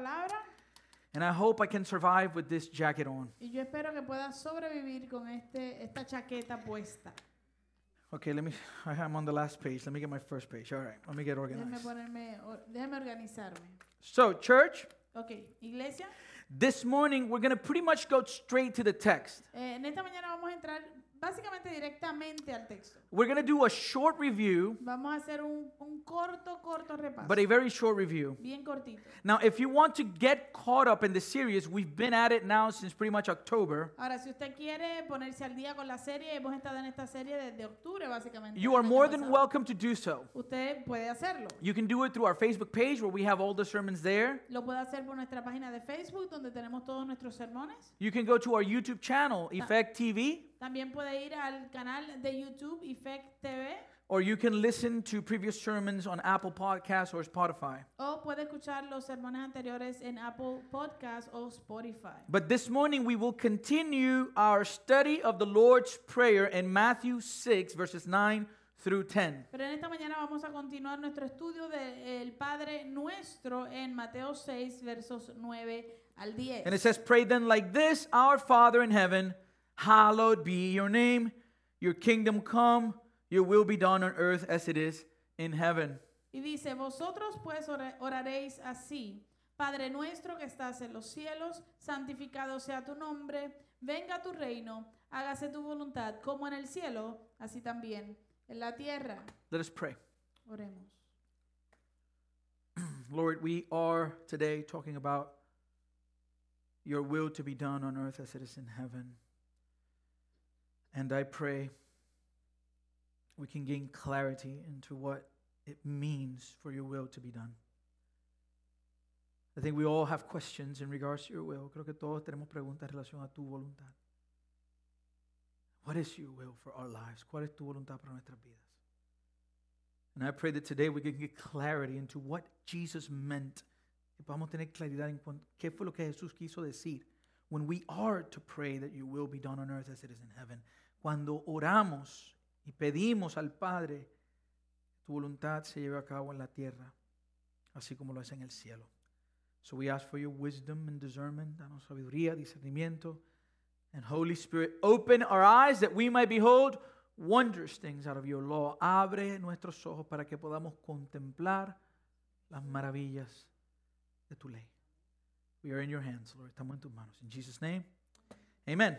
palabra And I hope I can survive with this jacket on. y yo espero que puedas sobrevivir con este, esta chaqueta puesta. Okay, let me. I'm on the last page. Let me get my first page. All right, let me get Déjame organized. ponerme, or- déjame organizarme. So, church, Ok, iglesia, this morning we're going to pretty much go straight to the text. eh, en esta mañana vamos a entrar básicamente directamente al texto. We're going to do a short review, Vamos a hacer un, un corto, corto repaso. but a very short review. bien cortito. Now, if you want to get caught up in the series, we've been at it now since pretty much October. Ahora, si usted quiere ponerse al día con la serie, hemos estado en esta serie desde octubre, básicamente. You del are año more than pasado. welcome to do so. Usted puede hacerlo. You can do it through our Facebook page where we have all the sermons there. Lo puede hacer por nuestra página de Facebook, donde tenemos todos nuestros sermones. You can go to our YouTube channel, Effect TV, También puede ir al canal de YouTube Effect TV or you can listen to previous sermons on Apple Podcasts or Spotify. o puede escuchar los sermones anteriores en Apple Podcast o Spotify. But this morning we will continue our study of the Lord's Prayer in Matthew 6, verses 9 through 10. Pero en esta mañana vamos a continuar nuestro estudio del Padre Nuestro en Mateo 6, versos 9 al 10. And it says, Pray then like this Our Father in heaven, hallowed be your name. Your kingdom come, your will be done on earth as it is in heaven. Y dice, vosotros pues ora- oraréis así. Padre nuestro que estás en los cielos, santificado sea tu nombre, venga tu reino, hágase tu voluntad, como en el cielo, así también en la tierra. Let us pray. Oremos. Lord, we are today talking about your will to be done on earth as it is in heaven. And I pray we can gain clarity into what it means for your will to be done. I think we all have questions in regards to your will. Creo que todos tenemos preguntas en relación a tu voluntad. What is your will for our lives? ¿Cuál es tu voluntad para nuestras vidas? And I pray that today we can get clarity into what Jesus meant. Que podamos tener claridad en cuan- qué fue lo que Jesús quiso decir. When we are to pray that your will be done on earth as it is in heaven. Cuando oramos y pedimos al Padre, tu voluntad se lleve a cabo en la tierra, así como lo es en el cielo. So we ask for your wisdom and discernment, danos sabiduría, discernimiento. And Holy Spirit, open our eyes that we might behold wondrous things out of your law. Abre nuestros ojos para que podamos contemplar las maravillas de tu ley. We are in your hands, Lord. Estamos en tus manos. In Jesus' name, amen.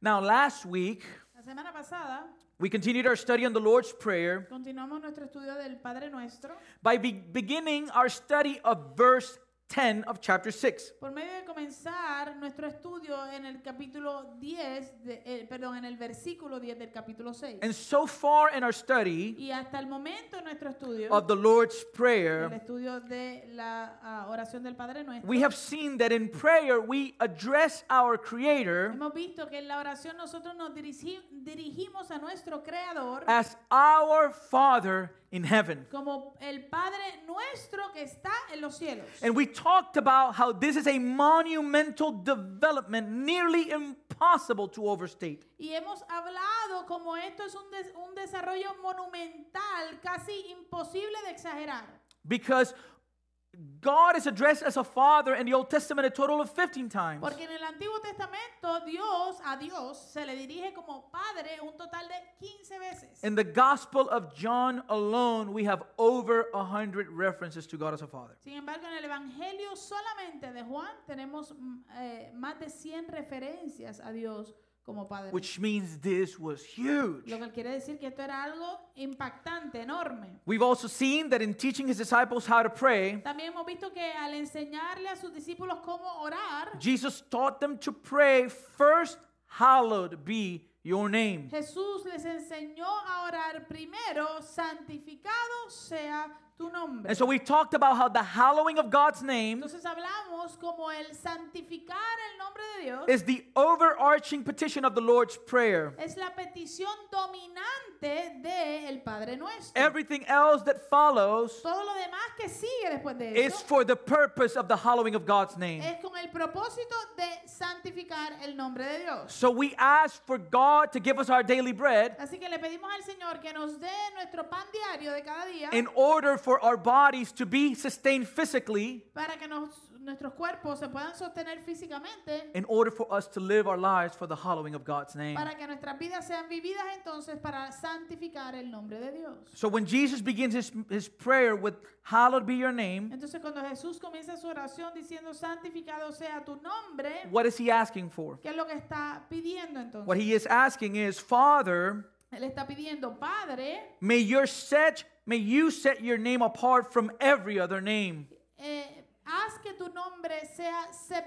Now, last week, La semana pasada we continued our study on the Lord's Prayer continuamos nuestro estudio del Padre nuestro by be- beginning our study of verse 10 of chapter 6. por medio de comenzar nuestro estudio en el capítulo 10, de- eh, perdón, en el versículo 10 del capítulo 6. And so far in our study Y hasta el momento en nuestro estudio... of the Lord's el Prayer, estudio de la ah, oración del Padre Nuestro, we have seen that in prayer we address our Creator hemos visto que en la oración nosotros nos dirigi- dirigimos a nuestro Creador as our Father in heaven. como el Padre Nuestro que está en los cielos. And we talked about how this is a monumental development nearly impossible to overstate. Y hemos hablado como esto es un, des- un desarrollo monumental, casi imposible de exagerar. Because God is addressed as a Father in the Old Testament a total of 15 times. Porque en el Antiguo Testamento Dios a Dios se le dirige como Padre un total de 15 veces. In the Gospel of John alone, we have over 100 references to God as a Father. Sin embargo, en el Evangelio solamente de Juan tenemos mm, eh, más de 100 referencias a Dios como Padre. Which means this was huge. lo que quiere decir que esto era algo impactante, enorme. We've also seen that in teaching his disciples how to pray, También hemos visto que al enseñarle a sus discípulos cómo orar, Jesus taught them to pray first, hallowed be your name. Jesús les enseñó a orar primero, santificado sea tu nombre. And so we talked about how the hallowing of God's name Entonces hablamos como el santificar el nombre de Dios is the overarching petition of the Lord's Prayer. es la petición dominante del Padre Nuestro. Everything else that follows Todo lo demás que sigue después de is eso for the purpose of the hallowing of God's name. es con el propósito de santificar el nombre de Dios. So we ask for God to give us our daily bread Así que le pedimos al Señor que nos dé nuestro pan diario de cada día in order for our bodies to be sustained physically para que nos- nuestros cuerpos se puedan sostener físicamente in order for us to live our lives for the hallowing of God's name. para que nuestras vidas sean vividas entonces para santificar el nombre de Dios. So when Jesus begins his, his prayer with, Hallowed be your name, Entonces cuando Jesús comienza su oración diciendo santificado sea tu nombre, what is he asking for? ¿qué es lo que está pidiendo What entonces? he is asking is, Father, Él está pidiendo, Padre, may your set may you set your name apart from every other name. eh, haz que tu nombre sea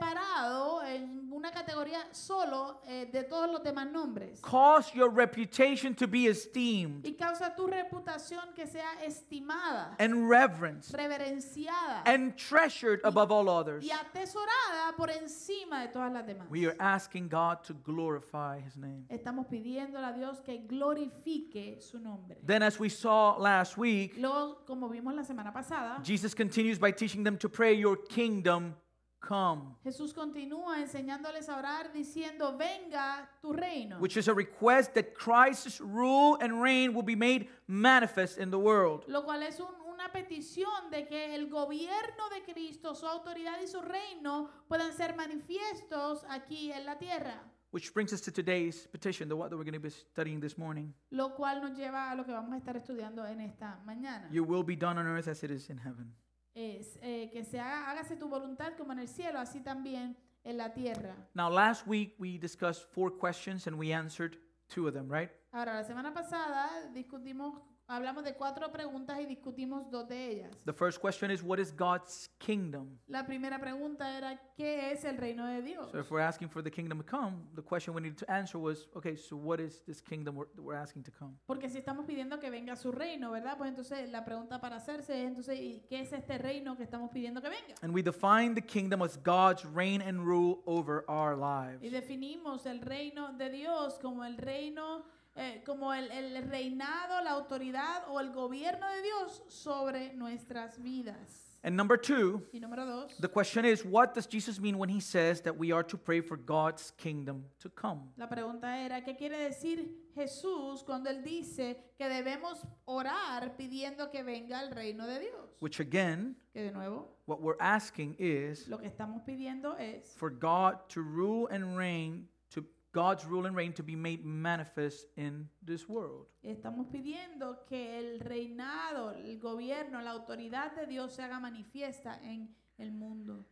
separado en una categoría solo eh, de todos los demás nombres Cause your reputation to be esteemed y causa tu reputación que sea estimada, and reverenced reverenciada. and treasured above all others. y atesorada por encima de todas las demás. We are asking God to glorify his name. Estamos pidiéndole a Dios que glorifique su nombre. Then as we saw last week, Luego, como vimos la semana pasada, Jesus continues by teaching them to pray your kingdom come, Jesús continúa enseñándoles a orar diciendo, venga tu reino, which is a request that Christ's rule and reign will be made manifest in the world. lo cual es un- una petición de que el gobierno de Cristo, su autoridad y su reino puedan ser manifiestos aquí en la tierra. Which brings us to today's petition, the one that we're going to be studying this morning. Lo cual nos lleva a lo que vamos a estar estudiando en esta mañana. Your will be done on earth as it is in heaven. es eh, que se haga, hágase tu voluntad como en el cielo, así también en la tierra. Now, last week we discussed four questions and we answered two of them, right? Ahora, la semana pasada discutimos, hablamos de cuatro preguntas y discutimos dos de ellas. The first question is, What is God's kingdom? La primera pregunta era, ¿qué es el reino de Dios? So, if we're asking for the kingdom to come, the question we needed to answer was, Okay, so what is this kingdom we're, that we're asking to come? Porque si estamos pidiendo que venga su reino, ¿verdad? Pues entonces la pregunta para hacerse es, entonces, ¿y qué es este reino que estamos pidiendo que venga? And we define the kingdom as God's reign and rule over our lives. Y definimos el reino de Dios como el reino, eh, como el, el reinado, la autoridad o el gobierno de Dios sobre nuestras vidas. And number two, Y número dos, the question is, What does Jesus mean when he says that we are to pray for God's kingdom to come? la pregunta era, ¿qué quiere decir Jesús cuando él dice que debemos orar pidiendo que venga el reino de Dios? Which again, Que de nuevo, what we're asking is, lo que estamos pidiendo es for God to rule and reign, to God's rule and reign to be made manifest in this world. Estamos pidiendo que el reinado, el gobierno, la autoridad de Dios se haga manifiesta en el mundo.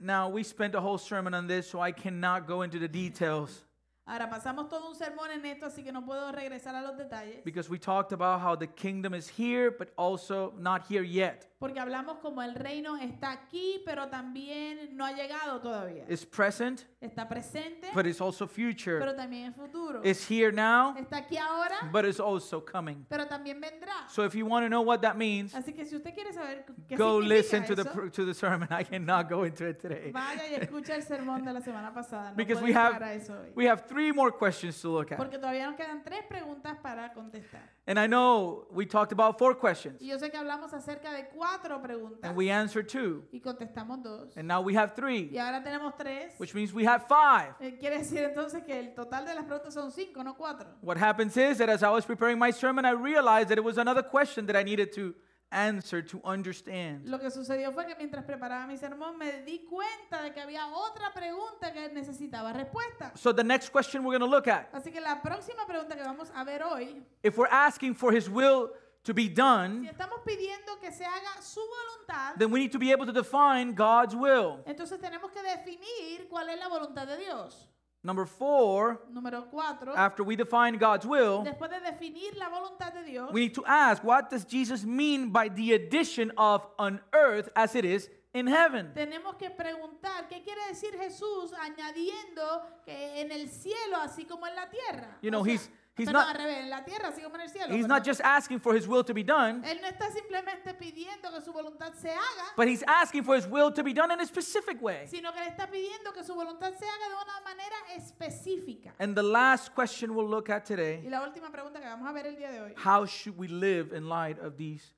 Now, we spent a whole sermon on this, so I cannot go into the details Ahora pasamos todo un sermón en esto, así que no puedo regresar a los detalles, because we talked about how the kingdom is here, but also not here yet. porque hablamos como el reino está aquí, pero también no ha llegado todavía. It's present, Está presente, but it's also pero future. también es futuro. It's here now, Está aquí ahora, but it's also coming. pero también vendrá. So, if you want to know what that means, Así que si usted quiere saber cu- qué go significa listen to the eso, pr- to the sermon. I cannot go into it today. vaya y escucha el sermón de la semana pasada. No Because puedo we have- llegar a eso hoy. We have three more questions to look at. Porque todavía nos quedan tres preguntas para contestar. And I know we talked about four questions. Y yo sé que hablamos acerca de cuatro preguntas and we answer two, y contestamos dos. and now we have Y three, ahora tenemos tres. which means we have five. Eh, Quiere decir entonces que el total de las preguntas son cinco, no cuatro. What happens is that as I was preparing my sermon, I realized that it was another question that I needed to answer to understand. Lo que sucedió fue que mientras preparaba mi sermón me di cuenta de que había otra pregunta que necesitaba respuesta. So the next question we're going to look at, Así que la próxima pregunta que vamos a ver hoy, if we're asking for His will to be si done, estamos pidiendo que se haga su voluntad, then we need to be able to define God's will. entonces tenemos que definir cuál es la voluntad de Dios. Number four, Número cuatro, after we define God's will, después de definir la voluntad de Dios, we need to ask, what does Jesus mean by the addition of on earth as it is in heaven? tenemos que preguntar qué quiere decir Jesús añadiendo que en el cielo así como en la tierra. You know, O sea, he's- he's perdón, not- al revés, en la tierra así como en el cielo. He's perdón. not just asking for His will to be done. Él no está simplemente pidiendo que su voluntad se haga, But he's asking for his will to be done in a specific way. sino que le está pidiendo que su voluntad se haga de una manera específica. And the last question we'll look at Y today la última pregunta que vamos a ver el día de hoy. how should we live in light of these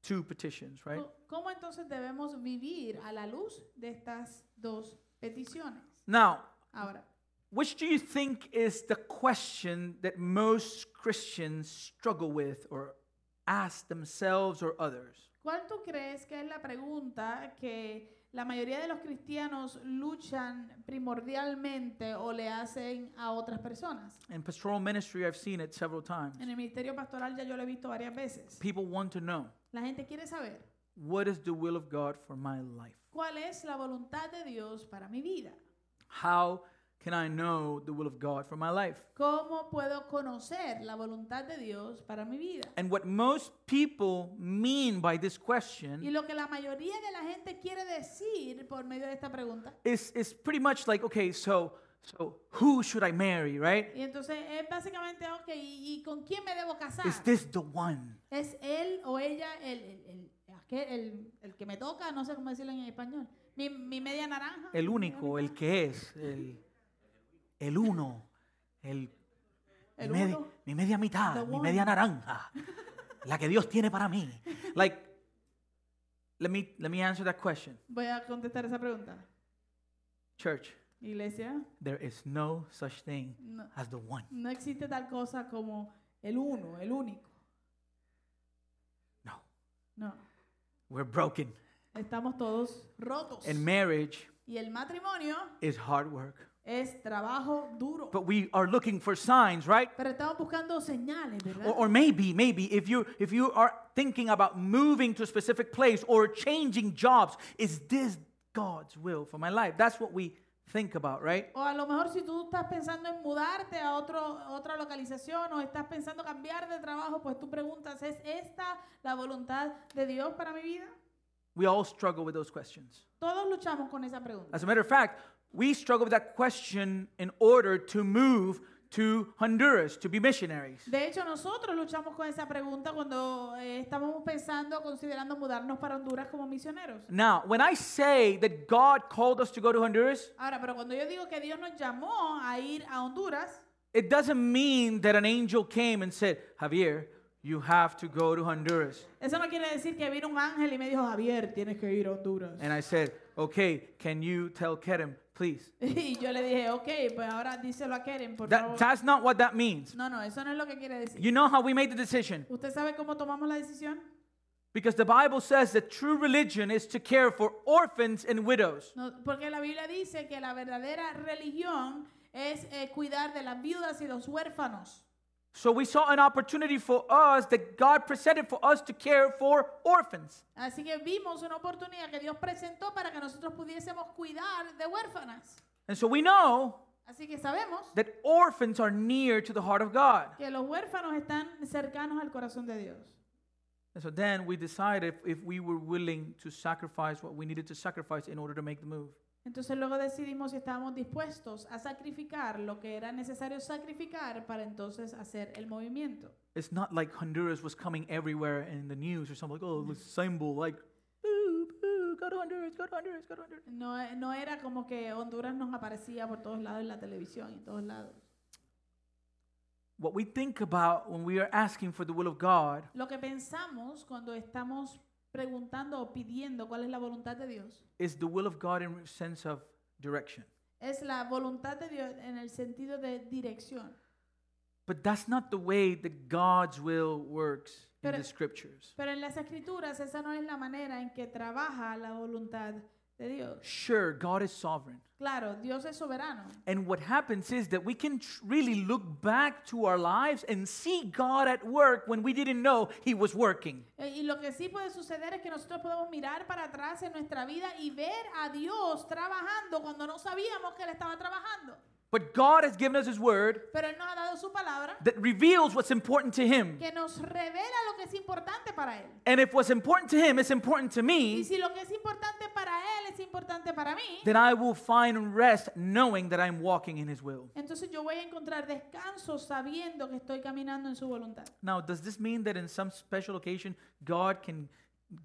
two petitions, right? ¿Cómo entonces debemos vivir a la luz de estas dos peticiones? Now, Ahora, which do you think is the question that most Christians struggle with or ask themselves or others? ¿Cuál tú crees que es la pregunta que la mayoría de los cristianos luchan primordialmente o le hacen a otras personas. In pastoral ministry, I've seen it several times. En el ministerio pastoral ya yo lo he visto varias veces. People want to know La gente quiere saber what is the will of God for my life? cuál es la voluntad de Dios para mi vida. How can I know the will of God for my life? ¿Cómo puedo conocer la voluntad de Dios para mi vida? And what most people mean by this Y question lo que la mayoría de la gente quiere decir por medio de esta pregunta. is, is pretty much like, okay, so, so who should I marry, right? Y entonces es básicamente, ah, ok, ¿y, y con quién me debo casar? Is this the one? ¿Es él o ella el, el, el- aquel- el- el que me toca? No sé cómo decirlo en español. ¿Mi, mi media naranja? El único, el que es, el, el uno, el, El mi, medi- uno. mi media The mitad, mi one. media naranja, la que Dios tiene para mí. Like, let me, let me answer that question. Voy a contestar esa pregunta. Church, Iglesia, there is no such thing no, as the one. no existe tal cosa como el uno, el único. No, No, we're broken. estamos todos rotos. And marriage Y el matrimonio is hard work. es trabajo duro. But we are looking for signs, right? Pero estamos buscando señales, ¿verdad? Or, or maybe, maybe if you if you are thinking about moving to a specific place or changing jobs, is this God's will for my life? That's what we think about, right? O a lo mejor si tú estás pensando en mudarte a otro, a otra localización o estás pensando cambiar de trabajo, pues tú preguntas, ¿es esta la voluntad de Dios para mi vida? We all struggle with those questions. Todos luchamos con esa pregunta. As a matter of fact, we struggle with that question in order to move to Honduras to be missionaries. De hecho, nosotros luchamos con esa pregunta cuando eh, estábamos pensando, considerando mudarnos para Honduras como misioneros. Now, when I say that God called us to go to Honduras, Ahora, pero cuando yo digo que Dios nos llamó a ir a Honduras, it doesn't mean that an angel came and said, Javier, you have to go to Honduras. eso no quiere decir que vino un ángel y me dijo, Javier, tienes que ir a Honduras. And I said, okay, can you tell Kerem, please? Y yo le dije, ok, pues ahora díselo a Keren, por That, favor. that's not what that means. No, no, eso no es lo que quiere decir. You know how we made the decision? ¿Usted sabe cómo tomamos la decisión? Because the Bible says that true religion is to care for orphans and widows. No, porque la Biblia dice que la verdadera religión es eh, cuidar de las viudas y los huérfanos. So we saw an opportunity for us that God presented for us to care for orphans. Así que vimos una oportunidad que Dios presentó para que nosotros pudiésemos cuidar de huérfanas. And so we know Así que sabemos that orphans are near to the heart of God. que los huérfanos están cercanos al corazón de Dios. And so then we decided if, if we were willing to sacrifice what we needed to sacrifice in order to make the move. Entonces luego decidimos si estábamos dispuestos a sacrificar lo que era necesario sacrificar para entonces hacer el movimiento. It's not like Honduras was coming everywhere in the news or something like, oh, the symbol, like, boo, boo, go to Honduras, go to Honduras, go to Honduras. No, e- no era como que Honduras nos aparecía por todos lados en la televisión y en todos lados. What we think about when we are asking for the will of God Lo que pensamos cuando estamos preguntando o pidiendo cuál es la voluntad de Dios is the will of God in the sense of direction. es la voluntad de Dios en el sentido de dirección. But that's not the way that God's will works in Pero- the scriptures. Pero en las escrituras esa no es la manera en que trabaja la voluntad de Dios. Sure, God is sovereign. Claro, Dios es soberano. And what happens is that we can tr- really look back to our lives and see God at work when we didn't know He was working. Eh, Y lo que sí puede suceder es que nosotros podemos mirar para atrás en nuestra vida y ver a Dios trabajando cuando no sabíamos que Él estaba trabajando. But God has given us His word Pero Él nos ha dado su palabra that reveals what's important to him. que nos revela lo que es importante para él. And if what's important to him is important to Y me, si lo que es importante para él es importante para mí, then I will find rest knowing that I'm walking in his will. entonces yo voy a encontrar descanso sabiendo que estoy caminando en su voluntad. Now, does this mean that in some special occasion God can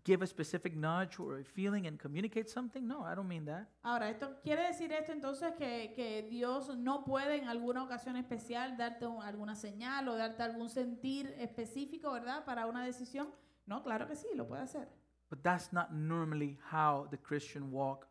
give a specific nudge or a feeling and communicate something? No, I don't mean that. Ahora, esto quiere decir esto entonces que, que Dios no puede en alguna ocasión especial darte un- alguna señal o darte algún sentir específico, ¿verdad? Para una decisión. No, claro que sí, lo puede hacer. But that's not normally how the Christian walk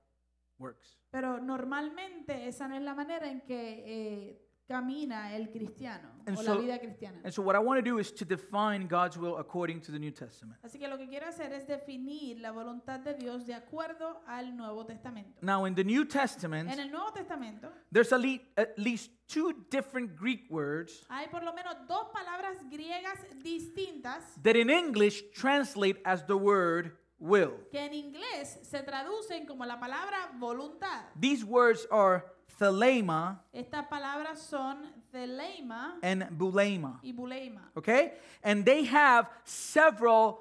works. Pero normalmente esa no es la manera en que eh, camina el cristiano And o la so- vida cristiana. And so, what I want to do is to define God's will according to the New Testament. Así que lo que quiero hacer es definir la voluntad de Dios de acuerdo al Nuevo Testamento. Now, in the New En Testament, el Nuevo Testamento there's at le- at least two different Greek words hay por lo menos dos palabras griegas distintas that in English translate as the word will. que en inglés se traducen como la palabra voluntad. These words are thelema Estas palabras son thelema and bulema. y buleima. Okay? And they have several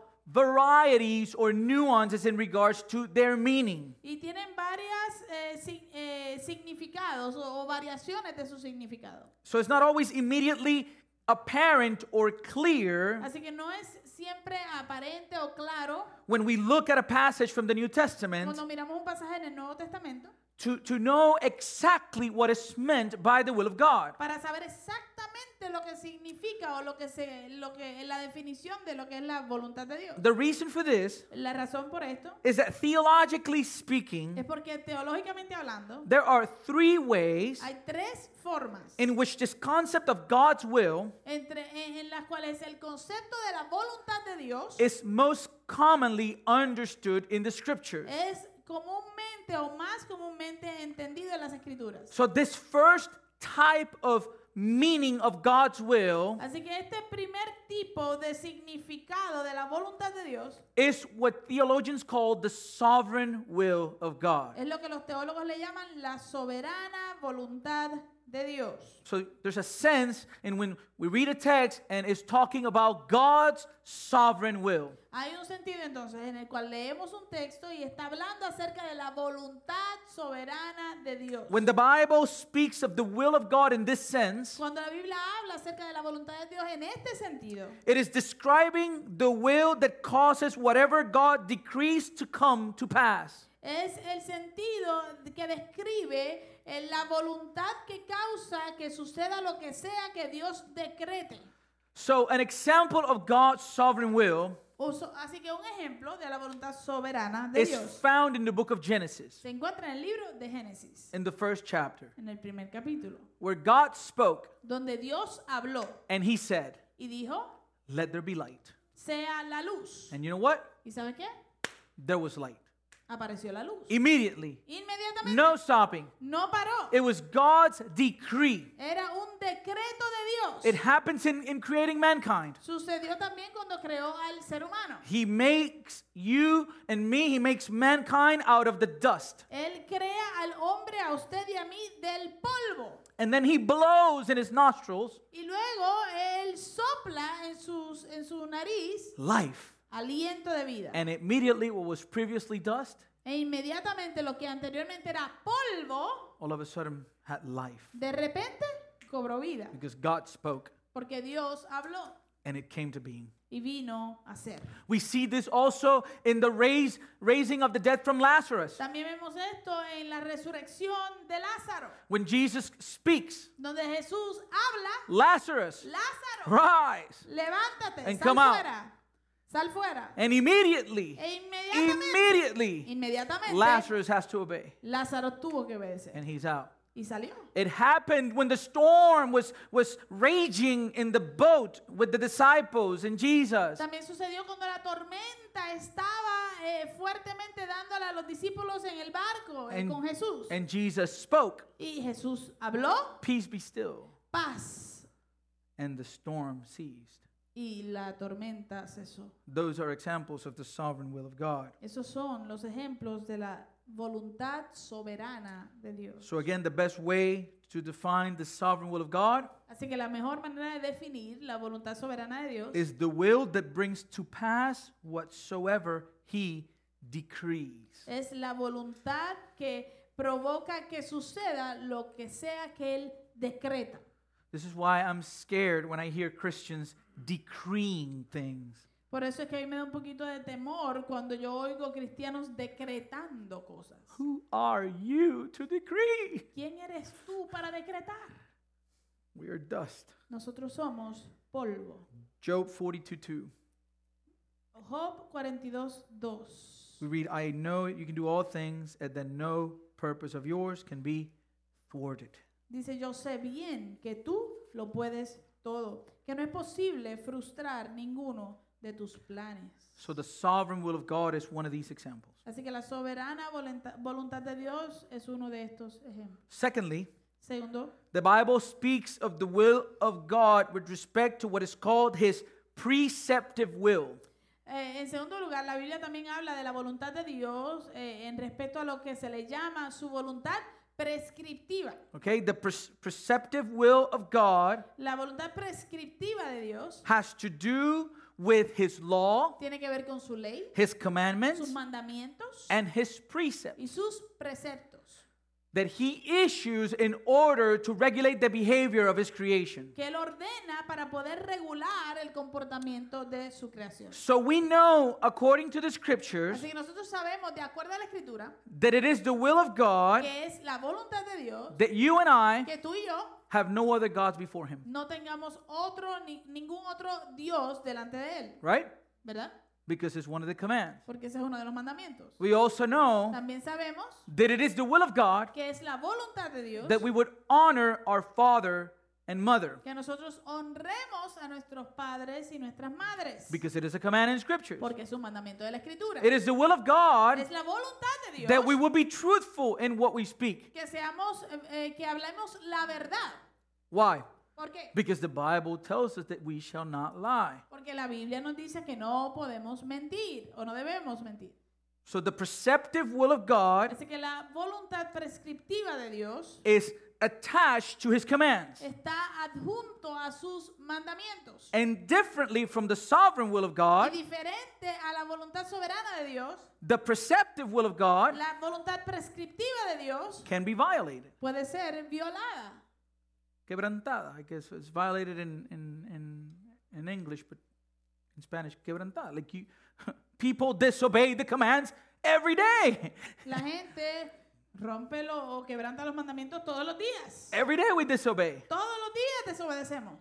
varieties or nuances in regards to their meaning. Y tienen varias eh, sin- eh, significados o, o variaciones de su significado. So it's not always immediately apparent or clear Así que no es siempre aparente o claro when we look at a passage from the New Testament cuando miramos un pasaje en el Nuevo Testamento to, to know exactly what is meant by the will of God. para saber exactamente lo que significa o lo que se lo que la definición de lo que es la voluntad de Dios. The reason for this La razón por esto is that theologically es speaking, porque teológicamente hablando there are three ways hay tres formas in which this concept of God's will entre en, en las cuales el concepto de la voluntad de Dios is most commonly understood in the scriptures. es comúnmente o más comúnmente entendido en las escrituras. So, this first type of meaning of God's will Así que este primer tipo de significado de la voluntad de Dios is what theologians call the sovereign will of God. es lo que los teólogos le llaman la soberana voluntad de Dios. So, there's a sense in when we read a text and it's talking about God's sovereign will. Hay un sentido entonces en el cual leemos un texto y está hablando acerca de la voluntad soberana de Dios. When the Bible speaks of the will of God in this sense, Cuando la Biblia habla acerca de la voluntad de Dios en este sentido, it is describing the will that causes whatever God decrees to come to pass. Es el sentido que describe eh, la voluntad que causa que suceda lo que sea que Dios decrete. So, an example of God's sovereign will O so- así que un ejemplo de la voluntad soberana de is Dios found in the book of Genesis, se encuentra en el libro de Génesis, in the first chapter, en el primer capítulo, where God spoke donde Dios habló and he said, y dijo, Let there be light. sea la luz. And you know what? ¿Y sabe qué? There was light. Apareció la luz. Immediately. Inmediatamente No Eh, stopping. no paró. It was God's decree. Era un decreto de It Dios. happens in, in creating mankind. Sucedió también cuando creó al ser humano. He makes you and me, he makes mankind out of the dust. Él crea al hombre, a usted y a mí, del polvo. And then he blows in his nostrils Y luego él sopla en, sus, en su nariz life. aliento de vida. And immediately, what was previously dust, E inmediatamente lo que anteriormente era polvo, all of a sudden had life. de repente cobró vida. Because God spoke Porque Dios habló and it came to being. y vino a ser. We see this also in the raise, raising of the dead from Lazarus. También vemos esto en la resurrección de Lázaro, When Jesus speaks, donde Jesús habla, Lazarus, Lázaro, rise. levántate, And sal come out. fuera, sal fuera. And immediately, E inmediatamente, immediately, inmediatamente, Lazarus has to obey. Lázaro tuvo que obedecer And he's out. y salió. It happened when the storm was, was raging in the boat with the disciples and Jesus. También sucedió cuando la tormenta estaba eh, fuertemente dándole a los discípulos en el barco eh, And- con Jesús. And Jesus spoke, y Jesús habló Peace be still. paz And the storm ceased. y la tormenta cesó. Those are examples of the sovereign will of God. Esos son los ejemplos de la voluntad soberana de Dios. So, again, the best way to define the sovereign will of God Así que la mejor manera de definir la voluntad soberana de Dios is the will that brings to pass whatsoever He decrees. es la voluntad que provoca que suceda lo que sea que Él decreta. This is why I'm scared when I hear Christians decreeing things. Por eso es que a mí me da un poquito de temor cuando yo oigo cristianos decretando cosas. Who are you to decree? ¿Quién eres tú para decretar? We are dust. Nosotros somos polvo. Job 42 2. Job 42, 2. We read, I know you can do all things, and that no purpose of yours can be thwarted. Dice, yo sé bien que tú lo puedes todo, que no es posible frustrar ninguno de tus planes. So the sovereign will of God is one of these examples. Así que la soberana volenta- voluntad de Dios es uno de estos ejemplos. Secondly, Segundo, the Bible speaks of the will of God with respect to what is called his preceptive will. eh, en segundo lugar, la Biblia también habla de la voluntad de Dios eh, en respecto a lo que se le llama su voluntad prescriptiva. Okay, the pres- preceptive will of God La voluntad prescriptiva de Dios has to do with his law, tiene que ver con su ley, his sus commandments, mandamientos and his precepts y sus preceptos that he issues in order to regulate the behavior of his creation. que él ordena para poder regular el comportamiento de su creación. So we know, according to the scriptures, Así que nosotros sabemos, de acuerdo a la escritura, that it is the will of God que es la voluntad de Dios that you and I que tú y yo have no other gods before him, no tengamos otro ni- ningún otro Dios delante de él, right? ¿verdad? Because it's one of the commands. Porque ese es uno de los mandamientos. We also know También sabemos that it is the will of God que es la voluntad de Dios that we would honor our father and mother que nosotros honremos a nuestros padres y nuestras madres. because it is a command in scriptures. Porque es un mandamiento de la escritura. It is the will of God Es la voluntad de Dios that we will be truthful in what we speak. que seamos, eh, eh, que hablemos la verdad. Why? ¿Por qué? Because the Bible tells us that we shall not lie. Porque la Biblia nos dice que no podemos mentir o no debemos mentir. So the perceptive will of God Así que la voluntad prescriptiva de Dios is attached to his commands está adjunto a sus mandamientos. and differently from the sovereign will of Y God diferente a la voluntad soberana de Dios, the perceptive will of God la voluntad prescriptiva de Dios can be violated, puede ser violada. quebrantada. I guess it's violated in, in, in, in English, but in Spanish, quebrantada. Like you, people disobey the commands every day. La gente rompe lo- o quebranta los mandamientos todos los días. Every day we disobey. Todos los días desobedecemos.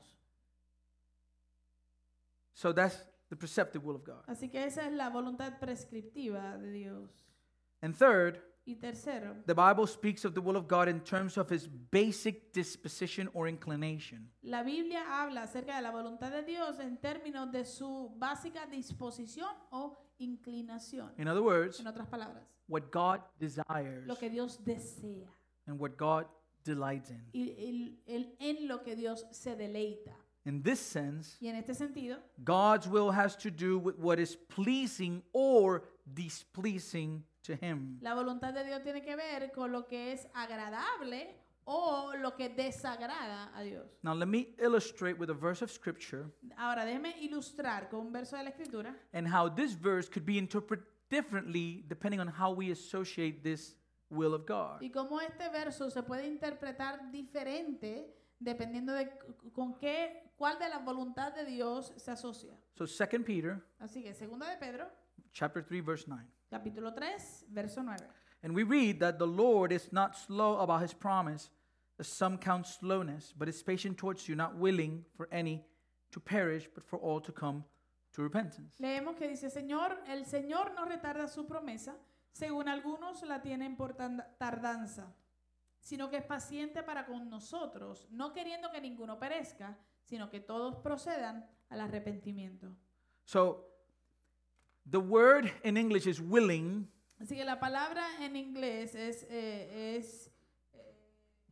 So that's the perceptive will of God. Así que esa es la voluntad prescriptiva de Dios. And third, Y tercero, the Bible speaks of the will of God in terms of his basic disposition or inclination. la Biblia habla acerca de la voluntad de Dios en términos de su básica disposición o inclinación. In other words, En otras palabras, what God desires lo que Dios desea and what God delights in. y el- el- en lo que Dios se deleita. In this sense, Y en este sentido, God's will has to do with what is pleasing or displeasing to Him. la voluntad de Dios tiene que ver con lo que es agradable o lo que desagrada a Dios. Now, let me illustrate with a verse of Scripture Ahora, déjeme ilustrar con un verso de la Escritura and how this verse could be interpreted differently depending on how we associate this will of God. Y cómo este verso se puede interpretar diferente dependiendo de c- con qué, cuál de las voluntades de Dios se asocia. So, 2 Peter Así que segunda de Pedro, chapter 3, verse 9. capítulo 3, verso 9. And we read that the Lord is not slow about his promise, as some count slowness, but is patient towards you, not willing for any to perish, but for all to come to repentance. Leemos que dice, Señor, el Señor no retarda su promesa, según algunos la tienen por tan- tardanza, sino que es paciente para con nosotros, no queriendo que ninguno perezca, sino que todos procedan al arrepentimiento. So the word in English is willing, Así que la palabra en inglés es, eh, es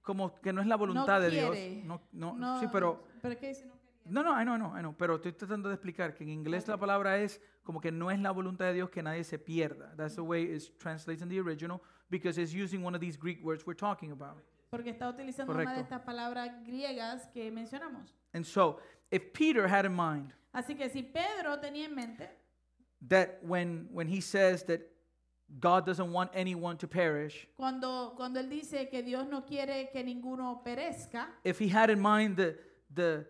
como que no es la voluntad de Dios. quiere. No, no, No, sí, pero. ¿Pero qué dice? No quería. No, no, I know, I know, I know, Pero estoy tratando de explicar que en inglés la palabra es como que no es la voluntad de Dios que nadie se pierda. That's the way it's translated in the original because it's using one of these Greek words we're talking about. Porque está utilizando una Correcto. de estas palabras griegas que mencionamos. And so, if Peter had in mind Así que si Pedro tenía en mente that when when he says that God doesn't want anyone to perish, cuando cuando él dice que Dios no quiere que ninguno perezca, if he had in mind the the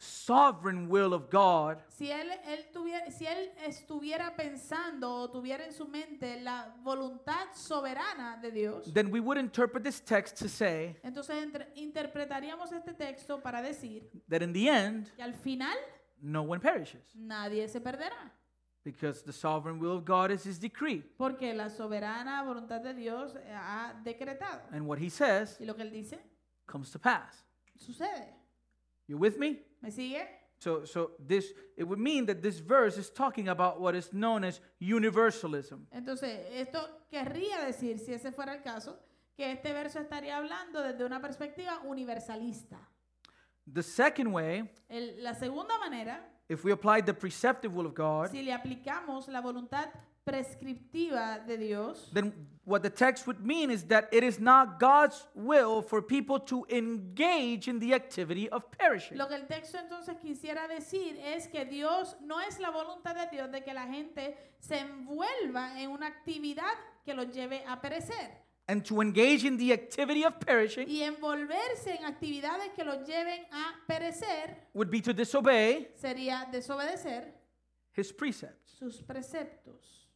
sovereign will of God, si él él tuviera si él estuviera pensando o tuviera en su mente la voluntad soberana de Dios, then we would interpret this text to say entonces entre- interpretaríamos este texto para decir that in the end, que al final no one perishes nadie se perderá. because the sovereign will of God is his decree. Porque la soberana voluntad de Dios eh, ha decretado. And what he says Y lo que él dice comes to pass. Sucede. You with me? ¿Me sigue? So, so this it would mean that this verse is talking about what is known as universalism. Entonces, esto querría decir, si ese fuera el caso, que este verso estaría hablando desde una perspectiva universalista. The second way, El- la segunda manera, if we apply the preceptive will of God, si le aplicamos la voluntad prescriptiva de Dios, then what the text would mean is that it is not God's will for people to engage in the activity of perishing. lo que el texto entonces quisiera decir es que Dios no es la voluntad de Dios de que la gente se envuelva en una actividad que los lleve a perecer And to engage in the activity of perishing y envolverse en actividades que los lleven a perecer would be to disobey sería desobedecer his precepts, sus preceptos.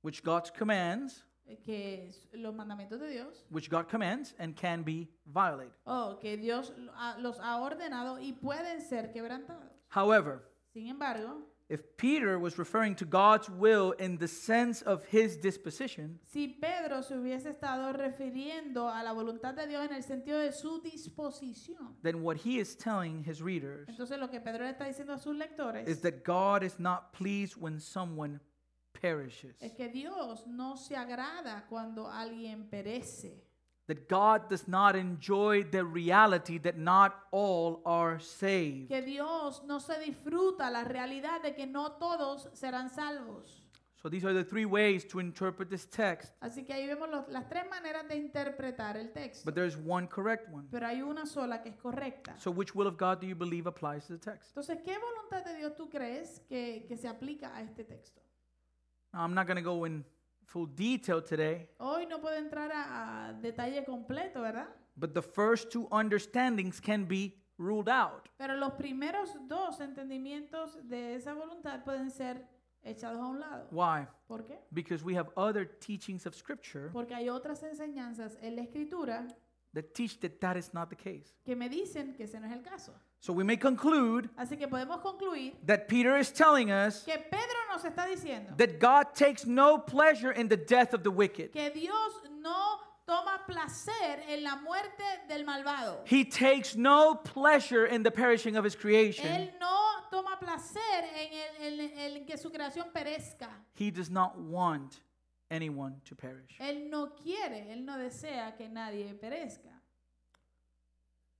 which God commands, eh, que es los mandamientos de Dios which God commands and can be violated. o que Dios lo- ha- los ha ordenado y pueden ser quebrantados. However, Sin embargo, if Peter was referring to God's will in the sense of his disposition, si Pedro se hubiese estado refiriendo a la voluntad de Dios en el sentido de su disposición, then what he is telling his readers entonces lo que Pedro le está diciendo a sus lectores is that God is not pleased when someone perishes. es que Dios no se agrada cuando alguien perece, that God does not enjoy the reality that not all are saved. que Dios no se disfruta la realidad de que no todos serán salvos. So these are the three ways to interpret this text, Así que ahí vemos los- las tres maneras de interpretar el texto. but there's one correct one. Pero hay una sola que es correcta. So which will of God do you believe applies to the text? Entonces, ¿qué voluntad de Dios tú crees que, que se aplica a este texto? Now, I'm not going to go in full detail today, Hoy no puedo entrar a, a detalle completo, ¿verdad? but the first two understandings can be ruled out. Pero los primeros dos entendimientos de esa voluntad pueden ser echados a un lado. Why? ¿Por qué? Because we have other teachings of scripture Porque hay otras enseñanzas en la escritura that teach that that is not the case. que me dicen que ese no es el caso. So we may conclude Así que podemos concluir that Peter is telling us que Pedro nos está diciendo that God takes no pleasure in the death of the wicked. que Dios no toma placer en la muerte del malvado. He takes no pleasure in the perishing of his creation. Él no toma placer en, el, en- en que su creación perezca. He does not want anyone to perish. Él no quiere, él no desea que nadie perezca.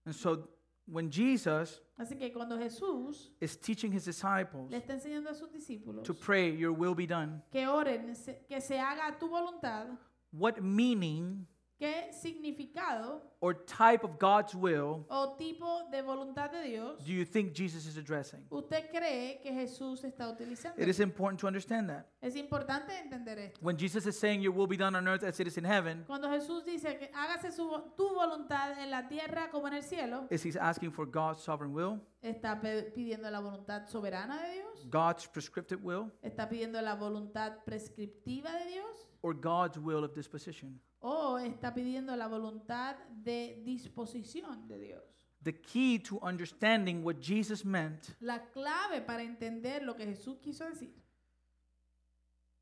And so when Jesus Así que cuando Jesús is teaching his disciples le está enseñando a sus discípulos to pray, Your will be done, que oren, se- que se haga tu voluntad, what meaning ¿qué significado or type of God's will o tipo de voluntad de Dios do you think Jesus is addressing? usted cree que Jesús está utilizando? It is important to understand that. Es importante entender esto. When Jesus is saying, Your will be done on earth as it is in heaven, Cuando Jesús dice que hágase su vo- tu voluntad en la tierra como en el cielo, is he's asking for God's sovereign will, está pe- pidiendo la voluntad soberana de Dios. God's prescriptive will, ¿Está pidiendo la voluntad prescriptiva de Dios? or God's will of disposition? ¿O está pidiendo la voluntad de disposición de Dios? The key to understanding what Jesus meant La clave para entender lo que Jesús quiso decir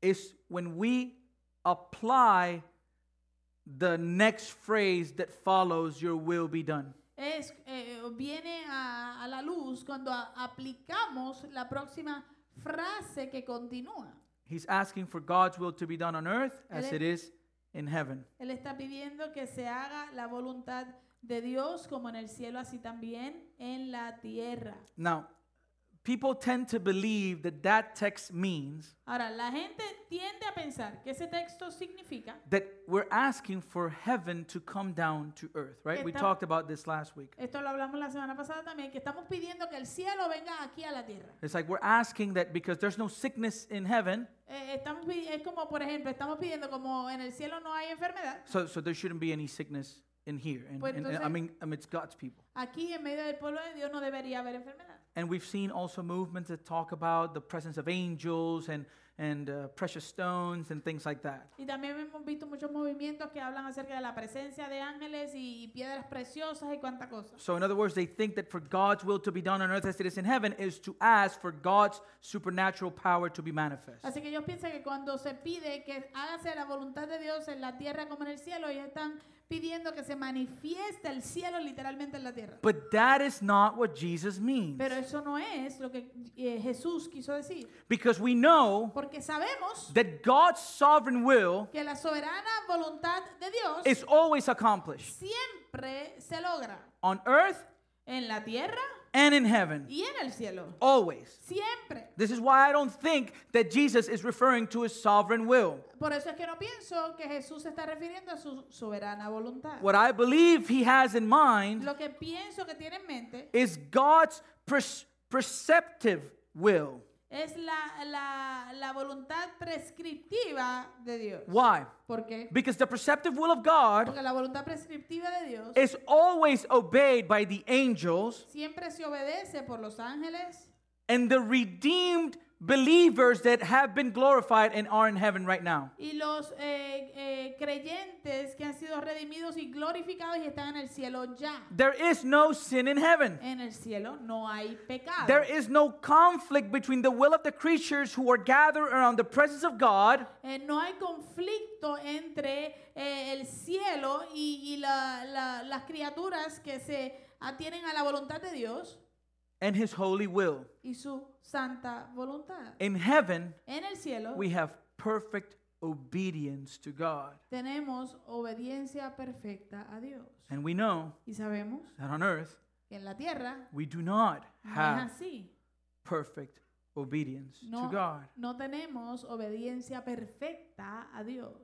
is when we apply the next phrase that follows your will be done es, eh, viene a, a la luz cuando a- aplicamos la próxima frase que continúa. he's asking for god's will to be done on earth as Ele- it is in heaven Él está pidiendo que se haga la voluntad de Dios como en el cielo, así también en la tierra. now people tend to believe that that text means Ahora, la gente tiende a pensar que ese texto significa that we're asking for heaven to come down to earth right we Está- talked about this last week Esto lo hablamos la semana pasada también, que estamos pidiendo que el cielo venga aquí a la tierra. it's like we're asking that because there's no sickness in heaven Eh, estamos pidi- es como, por ejemplo, estamos pidiendo como en el cielo no hay enfermedad, so so there shouldn't be any sickness in here and, Pues and, and i entonces- mean amidst god's people aquí en medio del pueblo de Dios no debería haber enfermedad. And we've seen also movements that talk about the presence of angels and, and uh, precious stones and things like that. Y también hemos visto muchos movimientos que hablan acerca de la presencia de ángeles y, y piedras preciosas y cuánta cosa. So, in other words, they think that for God's will to be done on earth as it is in heaven is to ask for God's supernatural power to be manifest. Así que ellos piensan que cuando se pide que hágase la voluntad de Dios en la tierra como en el cielo, ellos están pidiendo que se manifieste el cielo literalmente en la tierra. But that is not what Jesus means. Pero eso no es lo que eh, Jesús quiso decir, Because we know porque sabemos that God's sovereign will que la soberana voluntad de Dios is always accomplished siempre se logra on earth en la tierra and in heaven. y en el cielo. Always. Siempre. This is why I don't think that Jesus is referring to his sovereign will. Por eso es que no pienso que Jesús se está refiriendo a su soberana voluntad. What I believe he has in mind Lo que pienso que tiene en mente is God's pers- perceptive will. es la, la, la voluntad prescriptiva de Dios. Why? ¿Por qué? Because the perceptive will of God Porque la voluntad prescriptiva de Dios is always obeyed by the angels siempre se obedece por los ángeles and the redeemed believers that have been glorified and are in heaven right now. y los eh, eh, creyentes que han sido redimidos y glorificados y están en el cielo ya. There is no sin in heaven. En el cielo no hay pecado. There is no conflict between the will of the creatures who are gathered around the presence of God Eh, no hay conflicto entre eh, el cielo y, y la- la- las criaturas que se atienen a la voluntad de Dios and his holy will. y su santa voluntad. In heaven, En el cielo we have perfect obedience to God. tenemos obediencia perfecta a Dios. And we know Y sabemos that on earth, que en la tierra we do not no have es así. perfect obedience No, to God. no tenemos obediencia perfecta a Dios.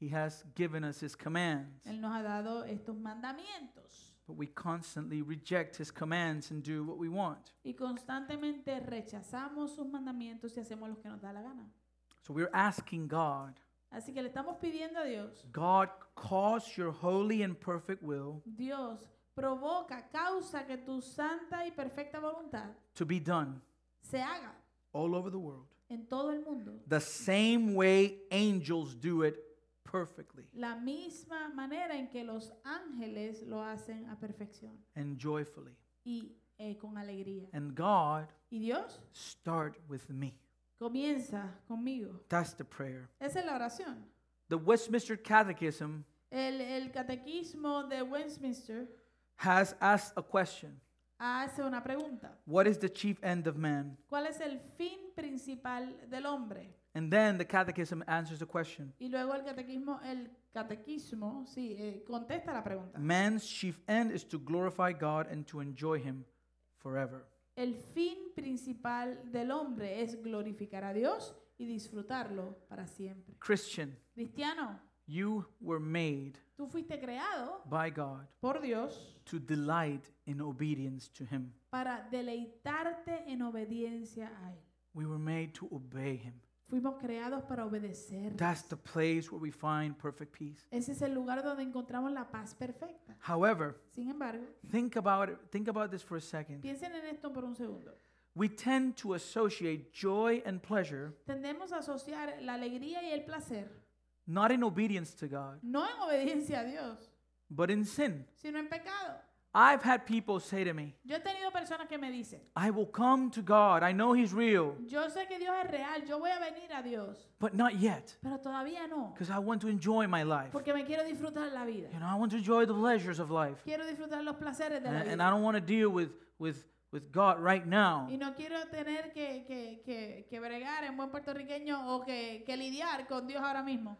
He has given us his commands, Él nos ha dado estos mandamientos but we constantly reject his commands and do what we want. y constantemente rechazamos sus mandamientos y hacemos lo que nos da la gana. So we're asking God, Así que le estamos pidiendo a Dios, God, cause your holy and perfect will Dios provoca, causa que tu santa y perfecta voluntad to be done se haga all over the world, en todo el mundo. the same way angels do it perfectly La misma manera en que los ángeles lo hacen a perfección and joyfully. y eh, con alegría. And God, Y Dios start with me. comienza conmigo. That's the prayer. Esa es la oración. The Westminster Catechism El, el catequismo de Westminster has asked a question hace una pregunta. What is the chief end of man? ¿Cuál es el fin principal del hombre? And then the Catechism answers the question Y luego el catequismo, el catequismo, sí, eh, contesta la pregunta. Man's chief end is to glorify God and to enjoy Him forever. El fin principal del hombre es glorificar a Dios y disfrutarlo para siempre. Christian, Cristiano, you were made tú fuiste creado by God por Dios to delight in obedience to Him. para deleitarte en obediencia a Él. We were made to obey Him. Fuimos creados para obedecer. That's the place where we find perfect peace. Ese es el lugar donde encontramos la paz perfecta. However, Sin embargo, think about it, think about this for a second. piensen en esto por un segundo. We tend to associate joy and pleasure Tendemos a asociar la alegría y el placer not in obedience to God, no en obediencia a Dios, but in sin. sino en pecado. I've had people say to me, Yo he tenido personas que me dicen, I will come to God. I know He's real, yo sé que Dios es real, yo voy a venir a Dios, but not yet, pero todavía no, because I want to enjoy my life. porque me quiero disfrutar la vida, You know, I want to enjoy the pleasures of life, quiero disfrutar los placeres de and, la and I vida. don't want to deal with with with God right now. Y no quiero tener que, que, que, que bregar en buen puertorriqueño o que, que lidiar con Dios ahora mismo.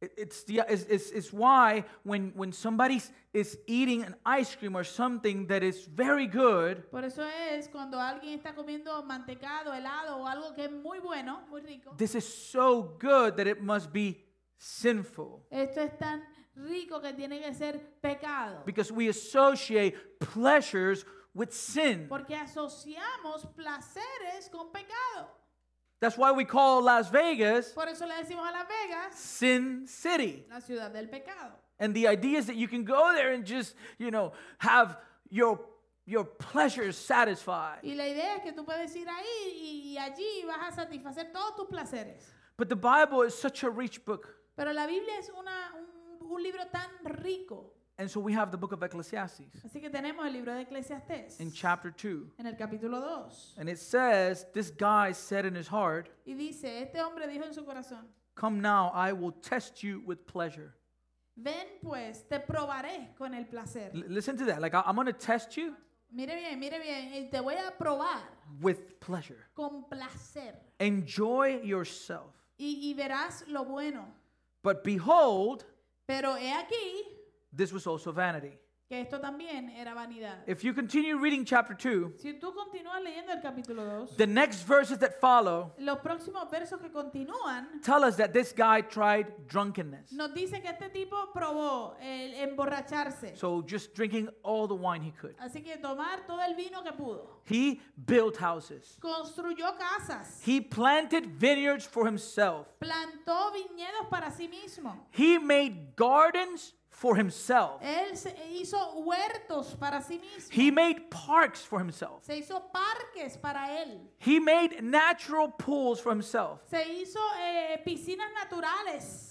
It- It's the it's, it's, it's why when when somebody is eating an ice cream or something that is very good, Por eso es cuando alguien está comiendo mantecado, helado o algo que es muy bueno, muy rico. this is so good that it must be sinful Esto es tan rico que tiene que ser pecado. because we associate pleasures with sin. Porque asociamos placeres con pecado. That's why we call Las Vegas Por eso le decimos a Las Vegas Sin City. la ciudad del pecado. And the idea is that you can go there and just, you know, have your your pleasures satisfied. Y la idea es que tú puedes ir ahí y, y allí vas a satisfacer todos tus placeres. But the Bible is such a rich book. Pero la Biblia es una- un, un libro tan rico. And so we have the book of Ecclesiastes Así que tenemos el libro de Eclesiastés in chapter 2. en el capítulo 2. And it says, This guy said in his heart, Y dice, este hombre dijo en su corazón, Come now, I will test you with pleasure. Ven pues, te probaré con el placer. L- listen to that. Like, I- I'm going to test you Mire bien, mire bien, y te voy a probar with pleasure. con placer Enjoy yourself. y, y verás lo bueno. But behold, Pero he aquí this was also vanity. que esto también era vanidad. If you continue reading chapter 2, Si tú continúas leyendo el capítulo 2, the next verses that follow los próximos versos que continúan tell us that this guy tried drunkenness. nos dice que este tipo probó el emborracharse. So just drinking all the wine he could. Así que tomar todo el vino que pudo. He built houses. Construyó casas. He planted vineyards for himself. Plantó viñedos para sí mismo. He made gardens for himself. Él se hizo huertos para sí mismo. He made parks for himself. Se hizo parques para él. He made natural pools for himself. Se hizo eh, piscinas naturales.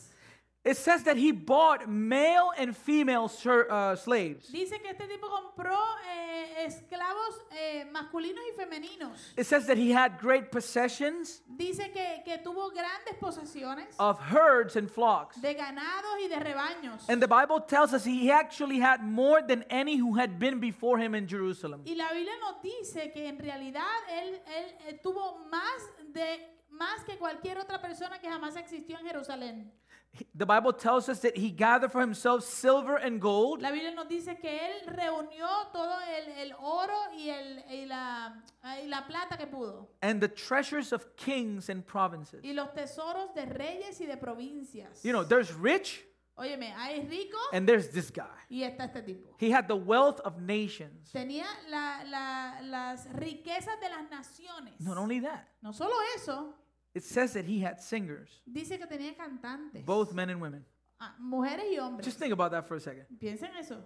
It says that he bought male and female ser, uh, slaves. Dice que este tipo compró eh, esclavos eh, masculinos y femeninos. It says that he had great possessions Dice que, que tuvo grandes posesiones of herds and flocks. de ganados y de rebaños. And the Bible tells us he actually had more than any who had been before him in Jerusalem. Y la Biblia nos dice que en realidad él, él, eh, tuvo más de más que cualquier otra persona que jamás existió en Jerusalén. He- The Bible tells us that he gathered for himself silver and gold. La Biblia nos dice que él reunió todo el, el oro y, el, y, la, eh, y la plata que pudo. and the treasures of kings and provinces. Y los tesoros de reyes y de provincias. You know, there's rich Óyeme, hay rico and there's this guy. y está este tipo. He had the wealth of nations. Tenía la- la- las riquezas de las naciones. Not only that, No solo eso, it says that he had singers, dice que tenía cantantes. both men and women. Ah, mujeres y Just hombres. think about that for a second. Piensen eso.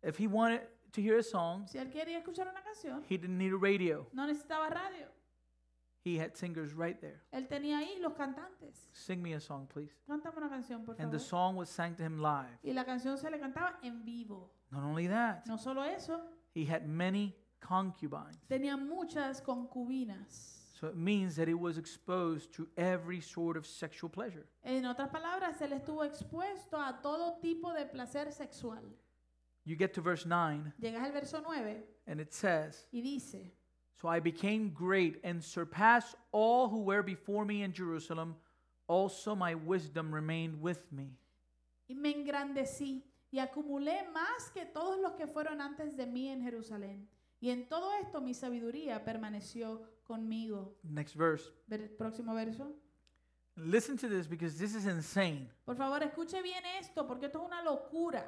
If he wanted to hear a song, Si él quería escuchar una canción, he didn't need a radio. no necesitaba radio. He had singers right there. Él tenía ahí los cantantes. Sing me a song, please. Cántame una canción, por And the favor. song was sang to him live. Y la canción se le cantaba en vivo. Not only that, No solo eso, he had many concubines. tenía muchas concubinas. So it means that he was exposed to every sort of sexual pleasure. En otras palabras, él estuvo expuesto a todo tipo de placer sexual. You get to verse 9, Llegas al verso 9 and it says, y dice, So I became great and surpassed all who were before me in Jerusalem. Also, my wisdom remained with me. y me engrandecí y acumulé más que todos los que fueron antes de mí en Jerusalén. Y en todo esto mi sabiduría permaneció conmigo. Next verse. Ver- próximo verso. Listen to this because this is insane. Por favor, escuche bien esto, porque esto es una locura.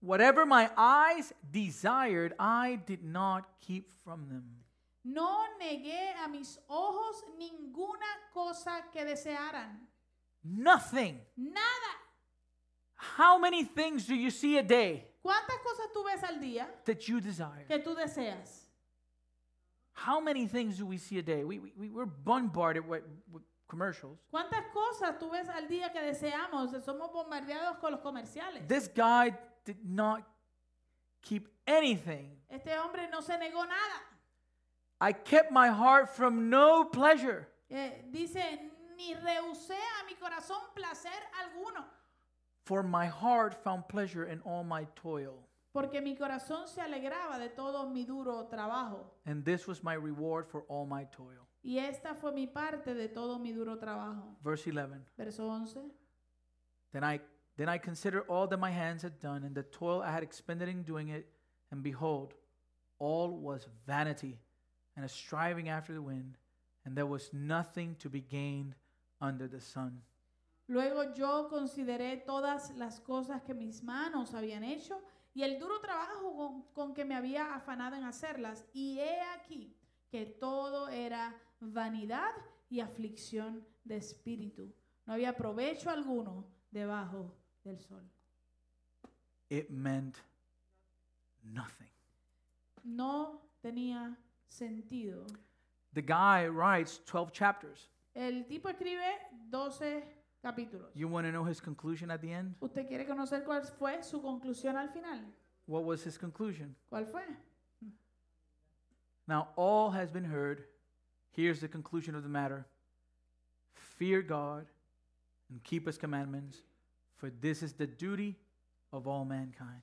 Whatever my eyes desired, I did not keep from them. No negué a mis ojos ninguna cosa que desearan. Nothing. Nada. How many things do you see a day ¿Cuántas cosas tú ves al día that you desire? que tú deseas? How many things do we see a day? We, we, we- we're bombarded with, with commercials. ¿Cuántas cosas tú ves al día que deseamos? Somos bombardeados con los comerciales. This guy did not keep anything Este hombre no se negó nada. I kept my heart from no pleasure. Eh, dice, ni rehusé a mi corazón placer alguno, For my heart found pleasure in all my toil, porque mi corazón se alegraba de todo mi duro trabajo. and this was my reward for all my toil. Y esta fue mi parte de todo mi duro trabajo. Verse 11. Verso 11. Then I then I considered all that my hands had done and the toil I had expended in doing it, and behold, all was vanity and a striving after the wind, and there was nothing to be gained under the sun. Luego yo consideré todas las cosas que mis manos habían hecho y el duro trabajo con, con que me había afanado en hacerlas. Y he aquí que todo era vanidad y aflicción de espíritu. No había provecho alguno debajo del sol. It meant nothing. No tenía sentido. The guy writes 12 chapters. El tipo escribe 12 capítulos. You want to know his conclusion at the end? ¿Usted quiere conocer cuál fue su conclusión al final? What was his conclusion? ¿Cuál fue? Now all has been heard. Here's the conclusion of the matter Fear God and keep his commandments, for this is the duty of all mankind.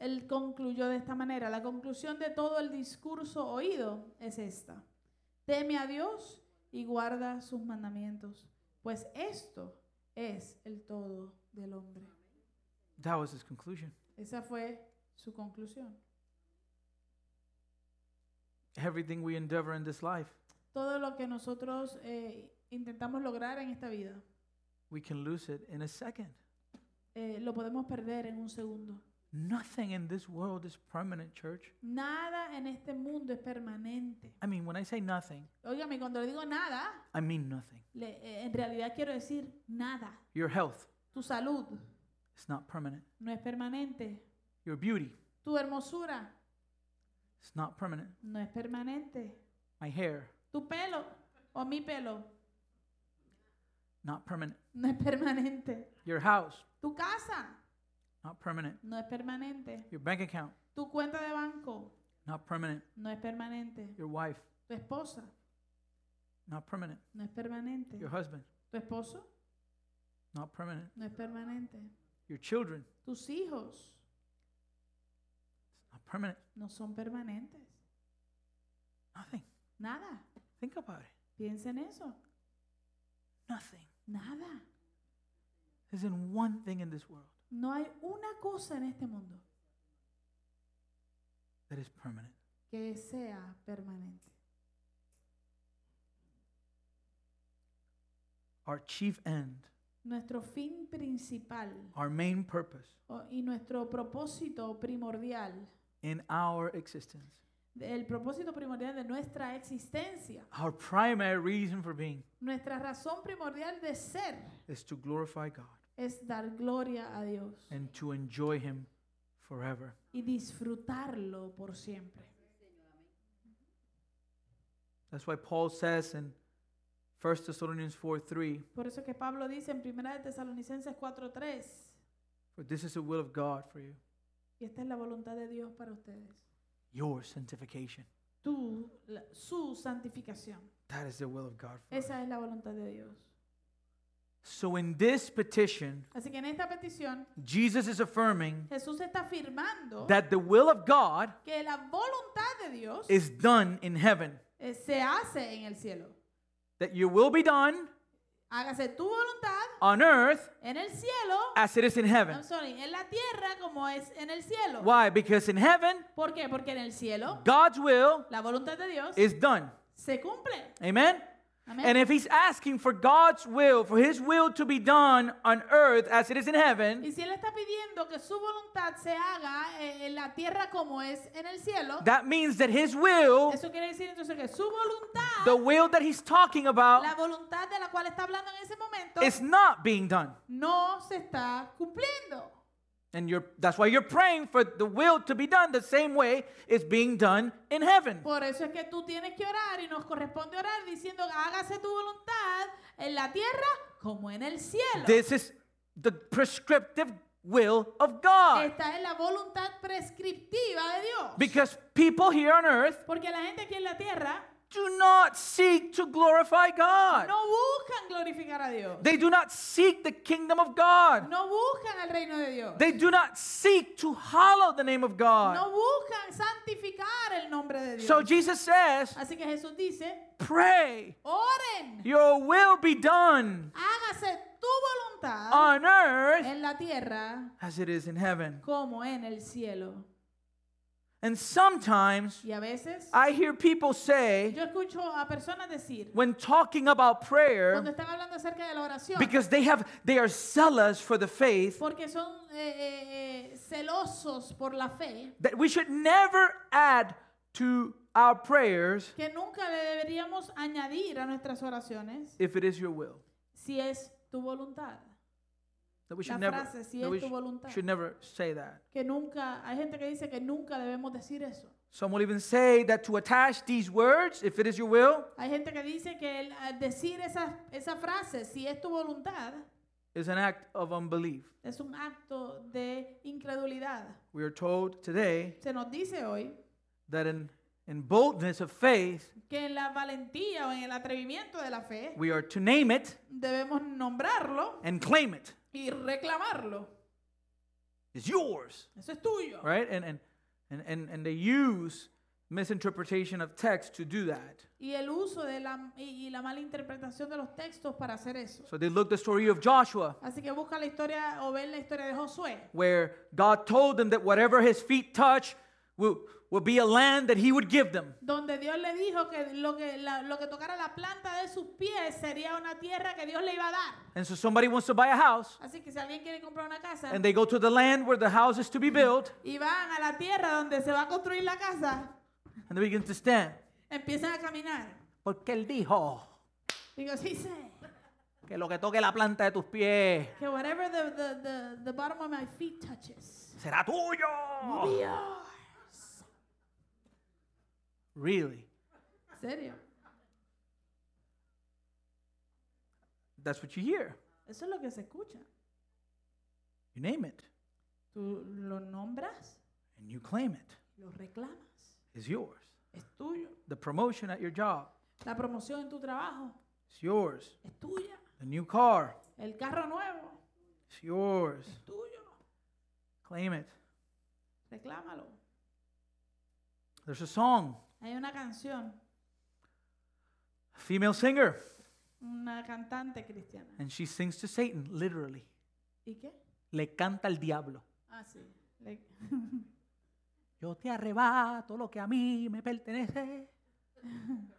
Él concluyó de esta manera, la conclusión de todo el discurso oído es esta. Teme a Dios y guarda sus mandamientos, pues esto es el todo del hombre. That was his conclusion. Esa fue su conclusión. Everything we endeavor in this life, Todo lo que nosotros eh, intentamos lograr en esta vida, we can lose it in a second. eh, lo podemos perder en un segundo. Nothing in this world is permanent, church. Nada en este mundo es permanente. I mean, when I say nothing, Óigame, cuando le digo nada, I mean nothing. le- eh, en realidad quiero decir nada. Your health Tu salud is not permanent. no es permanente. Your beauty Tu hermosura is not permanent. no es permanente. My hair, Tu pelo o mi pelo not permanent. no es permanente. Your house, Tu casa not permanent. no es permanente. Your bank account, Tu cuenta de banco not permanent. no es permanente. Your wife, Tu esposa not permanent. no es permanente. Your husband, Tu esposo not permanent. no es permanente. Your children, Tus hijos not permanent. no son permanentes. Nothing. Nada. Think about it. Piensa en eso. Nothing. Nada. There's in one thing in this world No hay una cosa en este mundo that is permanent. que sea permanente. Our chief end, Nuestro fin principal our main purpose o- y nuestro propósito primordial, in our existence, el propósito primordial de nuestra existencia, our primary reason for being nuestra razón primordial de ser is to glorify God es dar gloria a Dios and to enjoy Him forever. y disfrutarlo por siempre. That's why Paul says in 1 Thessalonians 4 3, Por eso que Pablo dice en 1 de Tesalonicenses 4:3, For this is the will of God for you, y esta es la voluntad de Dios para ustedes, your sanctification. tu la- su santificación. That is the will of God for us. Esa es la voluntad de Dios. So in this petition, Así que en esta petición Jesus is affirming Jesús está afirmando that the will of God que la voluntad de Dios is done in heaven, eh, se hace en el cielo. that your will be done Hágase tu voluntad on earth en el cielo, as it is in heaven. I'm sorry, en la tierra como es en el cielo. Why? Because in heaven, ¿Por qué? Porque en el cielo God's will la voluntad de Dios is done. se cumple. Amen? Amén. And if he's asking for God's will, for his will to be done on earth as it is in heaven, Y si él está pidiendo que su voluntad se haga eh, en la tierra como es en el cielo, that means that his will, eso quiere decir entonces que su voluntad, the will that he's talking about, la voluntad de la cual está hablando en ese momento, is not being done. no se está cumpliendo. And you're, that's why you're praying for the will to be done the same way it's being done in heaven. Por eso es que tú tienes que orar y nos corresponde orar diciendo, hágase tu voluntad en la tierra como en el cielo. This is the prescriptive will of God. Esta es la voluntad prescriptiva de Dios. Because people here on earth Porque la gente aquí en la tierra do not seek to glorify God. no buscan glorificar a Dios. They do not seek the kingdom of God. No buscan el reino de Dios. They do not seek to hallow the name of God. No buscan santificar el nombre de Dios. So Jesus says, Así que Jesús dice, pray, oren, your will be done hágase tu voluntad on earth en la tierra as it is in heaven. como en el cielo. And sometimes Y a veces I hear people say, yo escucho a personas decir, when talking about cuando prayer, están hablando acerca de la oración, because they have they are zealous for the faith, porque son eh, eh, eh, celosos por la fe, that we should never add to our prayers que nunca le deberíamos añadir a nuestras oraciones if it is your will. si es tu voluntad. That we should La never frase, si that es we tu sh- voluntad. should never say that. Que nunca, hay gente que dice que nunca debemos decir eso. Some will even say that to attach these words, if it is your will, Hay gente que dice que el al decir esa, esa frase, si es tu voluntad, is an act of unbelief. es un acto de incredulidad. We are told today Se nos dice hoy that in, in boldness of faith, que en la valentía o en el atrevimiento de la fe we are to name it debemos nombrarlo and claim it. y reclamarlo. is yours, Eso es tuyo. right? And, and, and, and, and they use misinterpretation of text to do that. Y el uso de la, y, y la mala interpretación de los textos para hacer eso. So they look the story of Joshua, Así que busca la historia o ver la historia de Josué, where God told them that whatever his feet touch will, will be a land that he would give them. donde Dios le dijo que lo que, la- lo que tocara la planta de sus pies sería una tierra que Dios le iba a dar. And so somebody wants to buy a house, Así que si alguien quiere comprar una casa and they go to the land where the house is to be built, y van a la tierra donde se va a construir la casa, and they begin to stand. empiezan a caminar. Porque él dijo Digo, sí sé. que lo que toque la planta de tus pies Que whatever the, the, the, the bottom of my feet touches. será tuyo. Dios. Really? ¿En serio? That's what you hear. Eso es lo que se escucha. You name it, Tú lo nombras, and you claim it. lo reclamas. It's yours. Es tuyo. The promotion at your job La promoción en tu trabajo is yours. es tuya. The new car El carro nuevo is yours. es tuyo. Claim it. Reclámalo. There's a song, Hay una canción, a female singer, una cantante cristiana. and she sings to Satan, literally. ¿Y qué? Le canta al diablo. Ah, sí. Le- Yo te arrebato lo que a mí me pertenece.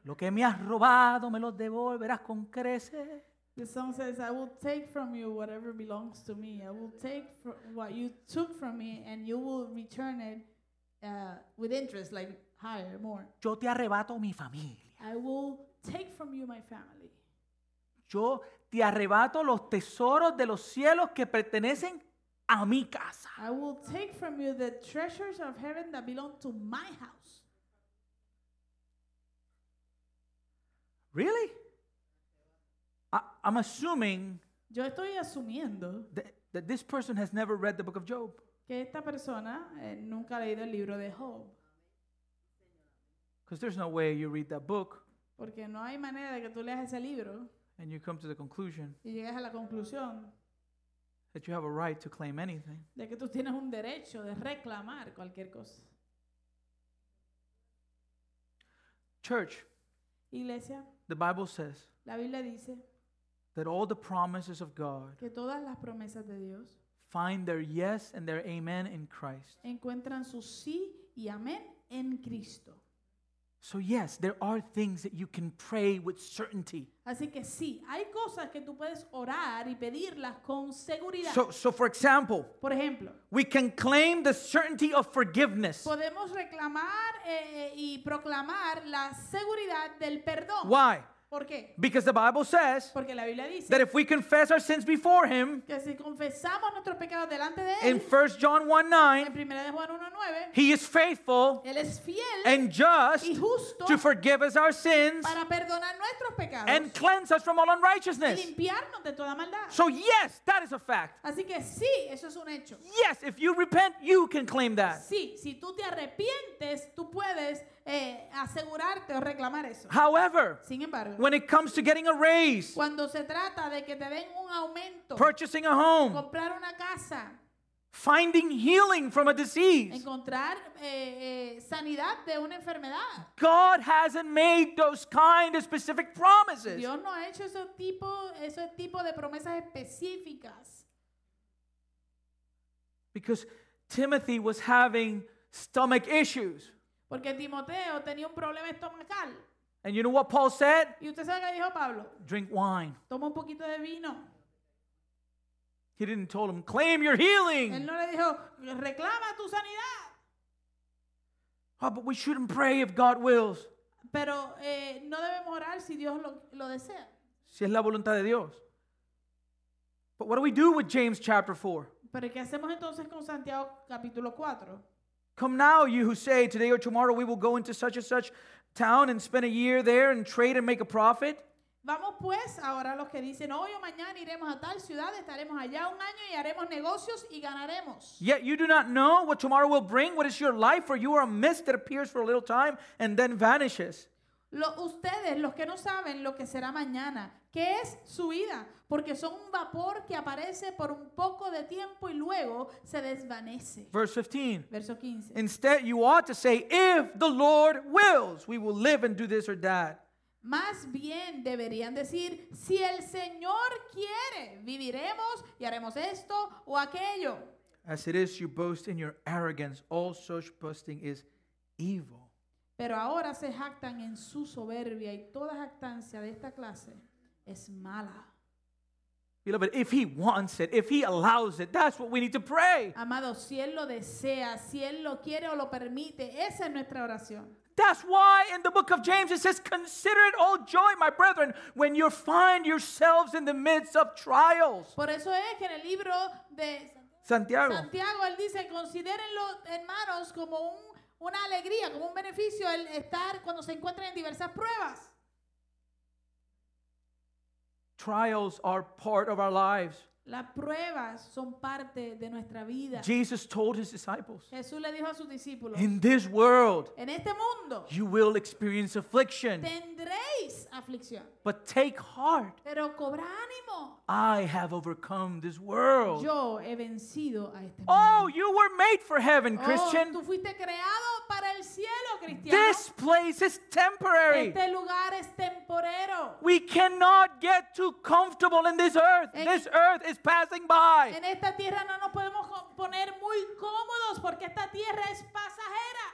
Lo que me has robado me lo devolverás con creces. The song says, I will take from you whatever belongs to me. I will take fr- what you took from me and you will return it uh, with interest, like higher, more. Yo te arrebato mi familia. I will take from you my family. Yo te arrebato los tesoros de los cielos que pertenecen a mi casa. I will take from you the treasures of heaven that belong to my house. Really? I, I'm assuming Yo estoy asumiendo that, that this person has never read the book of Job. que esta persona eh, nunca ha leído el libro de Job, Because there's no way you read that book porque no hay manera de que tú leas ese libro and you come to the conclusion y llegues a la conclusión that you have a right to claim anything. de que tú tienes un derecho de reclamar cualquier cosa. Church, Iglesia, the Bible says la Biblia dice that all the promises of God que todas las promesas de Dios find their yes and their amen in Christ. encuentran su sí y amén en Cristo. So, yes, there are things that you can pray with certainty. Así que sí, hay cosas que tú puedes orar y pedirlas con seguridad. So, so for example, Por ejemplo, we can claim the certainty of forgiveness. podemos reclamar eh, eh, y proclamar la seguridad del perdón. Why? ¿Por qué? Because the Bible says Porque la Biblia dice that if we confess our sins before Him, que si confesamos nuestros pecados delante de Él, in 1 John 1 en 9, 1 de Juan 1.9, He is faithful Él es fiel and just y justo to forgive us our sins para perdonar nuestros pecados and cleanse us from all y unrighteousness. limpiarnos de toda maldad. So, yes, that is a fact. Así que sí, eso es un hecho. Yes, if you repent, you can claim that. Sí, si tú te arrepientes, tú puedes eh, asegurarte o reclamar eso. However, Sin embargo, when it comes to getting a raise, cuando se trata de que te den un aumento, purchasing a home, comprar una casa, finding healing from a disease, encontrar eh, eh, sanidad de una enfermedad, God hasn't made those kind of specific promises. Dios no ha hecho ese tipo, ese tipo de promesas específicas. Because Timothy was having stomach issues. Porque Timoteo tenía un problema estomacal. And you know what Paul said? Y usted sabe qué dijo Pablo, Drink wine. toma un poquito de vino. He didn't tell him, claim your Él healing. no le dijo, reclama tu sanidad. Oh, but we shouldn't pray if God wills. Pero eh, no debemos orar si Dios lo, lo desea. Si es la voluntad de Dios. But what do we do with James chapter 4? Pero ¿qué hacemos entonces con Santiago capítulo 4? Come now, you who say, Today or tomorrow we will go into such and such town and spend a year there and trade and make a profit. Vamos pues ahora a los que dicen, hoy o mañana iremos a tal ciudad, estaremos allá un año y haremos negocios y ganaremos. Yet you do not know what tomorrow will bring. What is your life? For you are a mist that appears for a little time and then vanishes. Lo- ustedes, los que no saben lo que será mañana, que es su vida, porque son un vapor que aparece por un poco de tiempo y luego se desvanece. Verse 15. Verso 15. Instead, you ought to say, If the Lord wills, we will live and do this or that. Más bien deberían decir, si el Señor quiere, viviremos y haremos esto o aquello. As it is, you boast in your arrogance. All such boasting is evil. Pero ahora se jactan en su soberbia y toda jactancia de esta clase es mala. Beloved, if He wants it, if He allows it, that's what we need to pray. Amado, si Él lo desea, si Él lo quiere o lo permite, esa es nuestra oración. That's why in the book of James it says, Consider it all joy, my brethren, when you find yourselves in the midst of trials. Por eso es que en el libro de Santiago. Santiago, él dice, considérenlo, hermanos, como un- una alegría, como un beneficio el estar cuando se encuentran en diversas pruebas. Trials are part of our lives. Las pruebas son parte de nuestra vida. Jesus told his disciples, Jesús le dijo a sus discípulos, In this world, en este mundo you will experience affliction, tendréis aflicción, but take heart. pero cobra ánimo. I have overcome this world. Yo he vencido a este Oh, mundo. you were made for heaven, Oh, Christian. tú fuiste creado para el cielo, cristiano. This place is temporary. este lugar es temporero. We cannot get too comfortable in this earth. En- This earth is passing by. En esta tierra no nos podemos co- poner muy cómodos porque esta tierra es pasajera.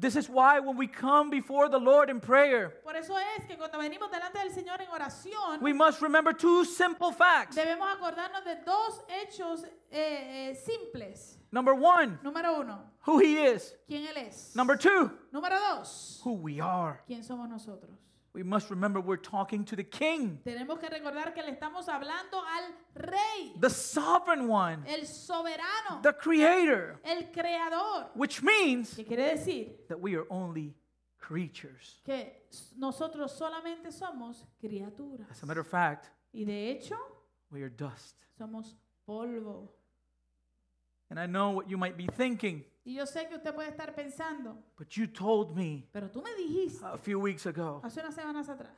This is why when we come before the Lord in prayer, Por eso es que cuando venimos delante del Señor en oración, we must remember two simple facts. debemos acordarnos de dos hechos eh, eh, simples. Number one, Número uno, who He is. ¿quién Él es? Number two, Número dos, who we are. ¿quién somos nosotros? We must remember we're talking to the King, Tenemos que recordar que le estamos hablando al Rey, the Sovereign One, el soberano, the Creator, el creador. which means ¿Qué quiere decir? that we are only creatures. Que s- nosotros solamente somos criaturas. As a matter of fact, Y de hecho, we are dust. somos polvo. And I know what you might be thinking, Y yo sé que usted puede estar pensando, but you told me pero tú me dijiste a few weeks ago hace unas semanas atrás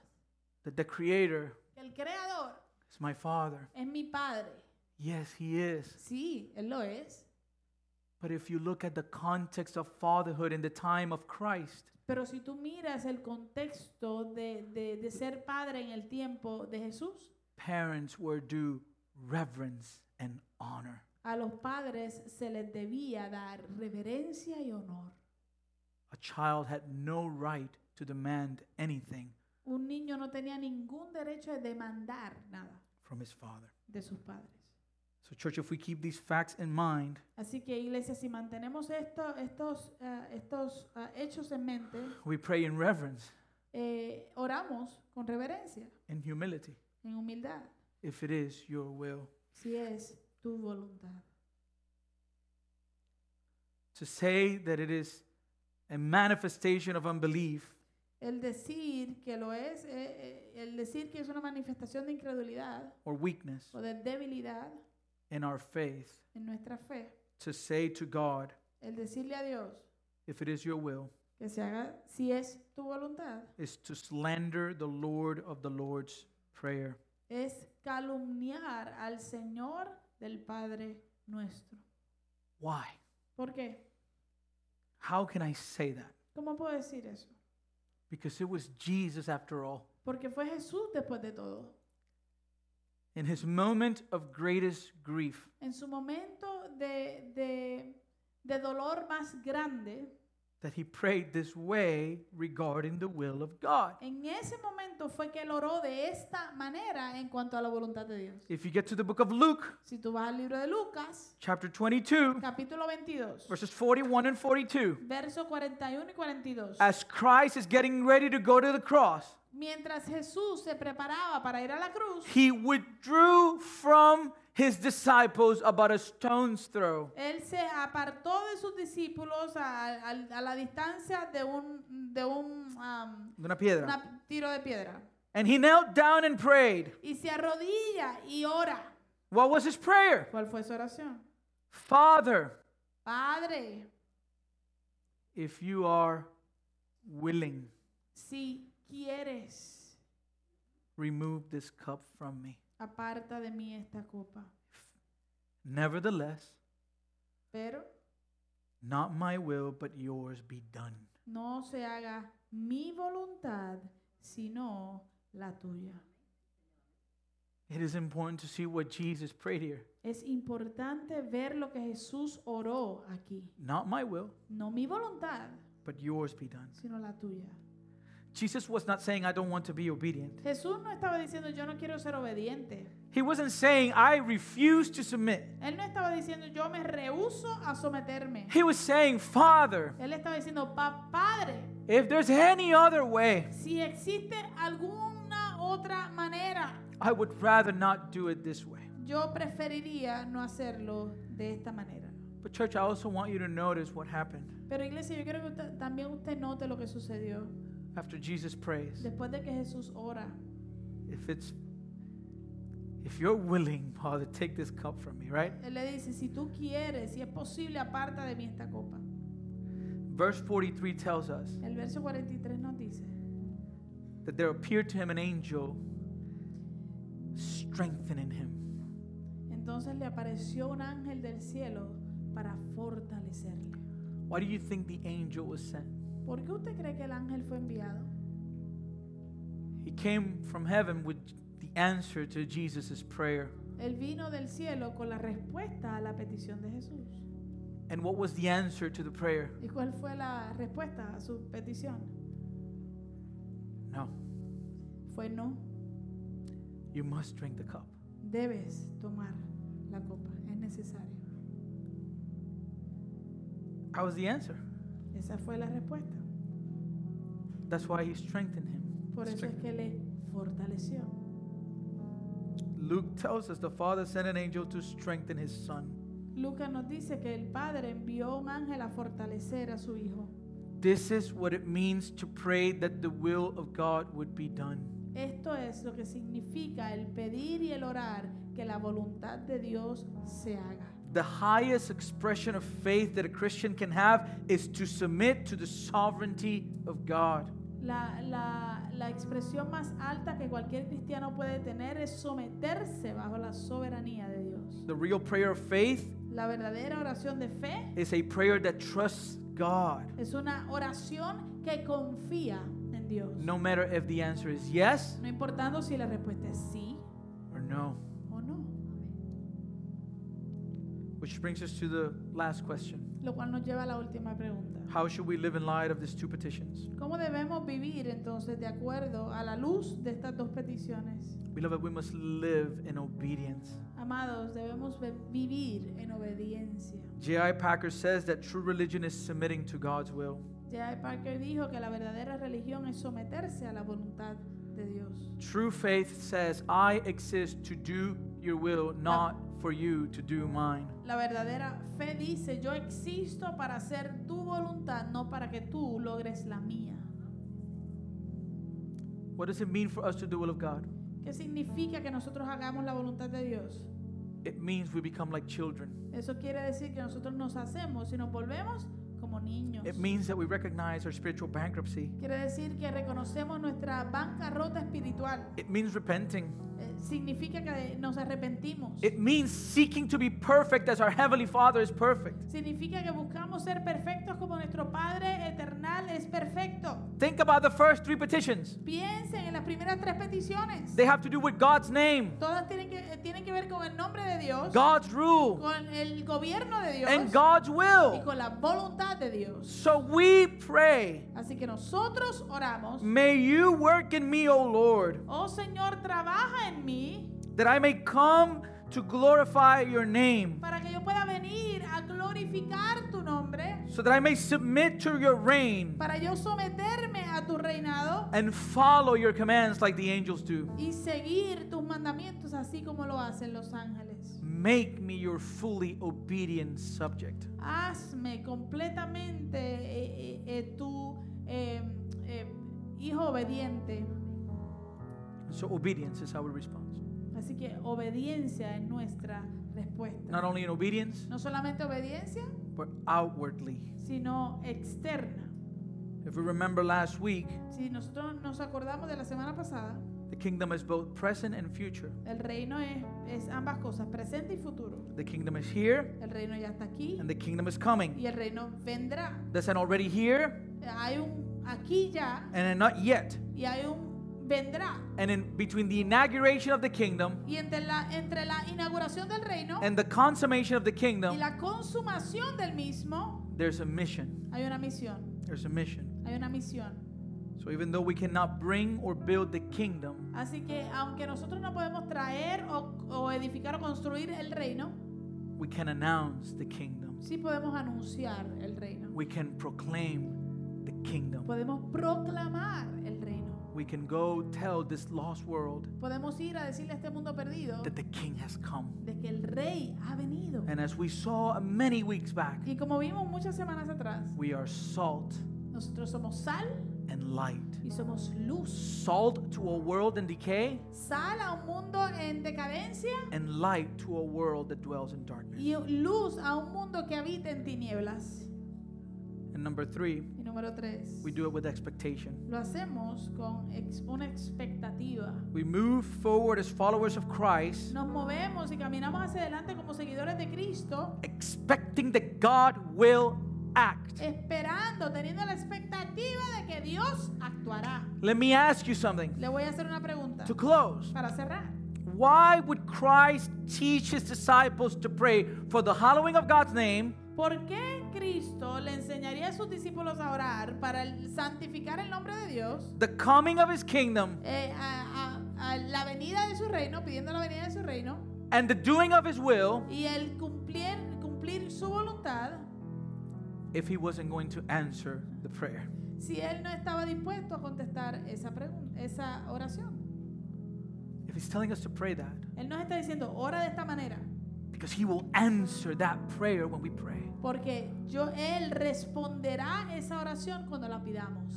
that the Creator que el creador is my Father. es mi padre. Yes, He is. Sí, él lo es. But if you look at the context of fatherhood in the time of Christ, Pero si tú miras el contexto de, de- de ser padre en el tiempo de Jesús, parents were due reverence and honor. a los padres se les debía dar reverencia y honor. A child had no right to demand anything Un niño no tenía ningún derecho de demandar nada from his father. de sus padres. So, church, if we keep these facts in mind, Así que iglesia, si mantenemos esto- estos, ah, estos ah, hechos en mente, we pray in reverence eh, oramos con reverencia, and humility, en humildad, if it is your will, si es tu voluntad. to say that it is a manifestation of unbelief El decir que lo es, eh, eh, el decir que es una manifestación de incredulidad or weakness o de debilidad in our faith, en nuestra fe, to say to God, el decirle a Dios if it is your will, que se haga si es tu voluntad, is to slander the Lord of the Lord's Prayer. es calumniar al Señor del Padre nuestro. Why? ¿Por qué? How can I say that? ¿Cómo puedo decir eso? Because it was Jesus, after all. Porque fue Jesús después de todo. In his moment of greatest grief, En su momento de, de, de dolor más grande, that he prayed this way regarding the will of God. en ese momento fue que él oró de esta manera en cuanto a la voluntad de Dios. If you get to the book of Luke, Si tú vas al libro de Lucas, chapter 22, capítulo 22, verses 41 and 42, verso 41 y 42, as Christ is getting ready to go to the cross, mientras Jesús se preparaba para ir a la cruz, he withdrew from his disciples about a stone's throw. él se apartó de sus discípulos a, a- a la distancia de un, de un am, Una piedra. una- tiro de piedra. And he knelt down and prayed. Y se arrodilla y ora. What was his prayer? ¿Cuál fue su oración? Father, Padre, if you are willing, si quieres, remove this cup from me. aparta de mí esta copa. Nevertheless, Pero not my will, but yours be done. no se haga mi voluntad, sino la tuya. It is important to see what Jesus prayed here. Es importante ver lo que Jesús oró aquí. Not my will, No mi voluntad, but yours be done. sino la tuya. Jesus was not saying, I don't want to be obedient. Jesús no estaba diciendo yo no quiero ser obediente. He wasn't saying, I refuse to submit. Él no estaba diciendo yo me rehúso a someterme. He was saying, Father, Él estaba diciendo, "Pa- Padre, if there's any other way, si existe alguna otra manera, I would rather not do it this way. yo preferiría no hacerlo de esta manera. But, church, I also want you to notice what happened Pero iglesia, yo quiero que usted- también usted note lo que sucedió after Jesus prays. después de que Jesús ora. If it's if you're willing, Father, take this cup from me, right? Él le dice, si tú quieres, si es posible, aparta de mí esta copa. Verse 43 tells us El verso 43 nos dice that there appeared to him an angel strengthening him. Entonces le apareció un ángel del cielo para fortalecerle. Why do you think the angel was sent? ¿Por qué usted cree que el ángel fue enviado? He came from heaven with the answer to Jesus' prayer. Él vino del cielo con la respuesta a la petición de Jesús. And what was the answer to the prayer? ¿Y cuál fue la respuesta a su petición? No, Fue no, you must drink the cup. debes tomar la copa, es necesario. That was the answer. Esa fue la respuesta. That's why he strengthened him. Por eso es que le fortaleció. Luke tells us the Father sent an angel to strengthen his son. Lucas nos dice que el Padre envió un ángel a fortalecer a su hijo. This is what it means to pray that the will of God would be done. Esto es lo que significa el pedir y el orar que la voluntad de Dios se haga. The highest expression of faith that a Christian can have is to submit to the sovereignty of God. La, la- la expresión más alta que cualquier cristiano puede tener es someterse bajo la soberanía de Dios. The real prayer of faith La verdadera oración de fe is a prayer that trusts God, es una oración que confía en Dios. no matter if the answer is yes No importando si la respuesta es sí or no. o no. Which brings us to the last question Lo cual nos lleva a la última pregunta. How should we live in light of these two petitions? ¿Cómo debemos vivir entonces de acuerdo a la luz de estas dos peticiones? Beloved, we must live in obedience. Amados, debemos ve- vivir en obediencia. J.I. Packer says that true religion is submitting to God's will. J.I. E Parker dijo que la verdadera religión es someterse a la voluntad de Dios. True faith says, I exist to do your will, not for you to do mine. La verdadera fe dice, yo existo para hacer tu voluntad, no para que tú logres la mía. What does it mean for us to do the will of God? ¿Qué significa que nosotros hagamos la voluntad de Dios? It means we become like children. Eso quiere decir que nosotros nos hacemos y nos volvemos como niños. It means that we recognize our spiritual bankruptcy. Quiere decir que reconocemos nuestra bancarrota espiritual. It means repenting. Eh, significa que nos arrepentimos. It means seeking to be perfect as our Heavenly Father is perfect. Significa que buscamos ser perfectos como nuestro Padre Eternal es perfecto. Think about the first three petitions. Piensen en las primeras tres peticiones. They have to do with God's name, Todas tienen que, eh, tienen que ver con el nombre de Dios, God's rule, con el gobierno de Dios and God's y will. con la voluntad de Dios. So we pray, Así que nosotros oramos. May you work in me, O Lord. Oh Señor, trabaja en mí that I may come to glorify your name, para que yo pueda venir a glorificar tu nombre, so that I may submit to your reign para yo someterme a tu reinado and follow your commands like the angels do. y seguir tus mandamientos así como lo hacen los ángeles. Make me your fully obedient subject. Hazme completamente eh, eh, eh, tu eh, eh, hijo obediente. So, obedience is our response. Así que obediencia es nuestra Not respuesta. only in obedience, No solamente obediencia, but outwardly. sino externa. If we remember last week, Si nosotros nos acordamos de la semana pasada, The kingdom is both present and future. El reino es, es ambas cosas, presente y futuro. The kingdom is here El reino ya está aquí and the kingdom is coming. y el reino vendrá. There's an already here Hay un aquí ya and a not yet. y hay un vendrá. And in between the inauguration of the kingdom Y entre la, entre la inauguración del reino and the consummation of the y kingdom, la consumación del mismo, there's a mission. hay una misión. There's a mission. Hay una misión. So even though we cannot bring or build the kingdom, Así que aunque nosotros no podemos traer o, o edificar o construir el reino, we can announce the kingdom. sí podemos anunciar el reino. We can proclaim the kingdom. Podemos proclamar el reino. We can go tell this lost world Podemos ir a decirle a este mundo perdido that the king has come. de que el rey ha venido. And as we saw many weeks back, Y como vimos muchas semanas atrás, we are salt nosotros somos sal and light. y somos luz. Salt to a world in decay, Sal a un mundo en decadencia and light to a world that dwells in darkness. y luz a un mundo que habita en tinieblas. And number three, Y número tres, we do it with expectation. lo hacemos con ex- una expectativa. We move forward as followers of Christ, Nos movemos y caminamos hacia adelante como seguidores de Cristo, expecting that God will act. esperando, teniendo la expectativa de que Dios actuará. Let me ask you something Le voy a hacer una pregunta to close. para cerrar. Why would Christ teach his disciples to pray for the hallowing of God's name ¿Por qué Cristo le enseñaría a sus discípulos a orar para el- santificar el nombre de Dios? the coming of his kingdom eh, a, a- a la venida de su reino, pidiendo la venida de su reino, and the doing of his will y el cumplir, cumplir su voluntad, if he wasn't going to answer the prayer? si él no estaba dispuesto a contestar esa, pregun- esa oración. If he's telling us to pray that, Él nos está diciendo, ora de esta manera, because he will answer that prayer when we pray. porque yo, él responderá esa oración cuando la pidamos.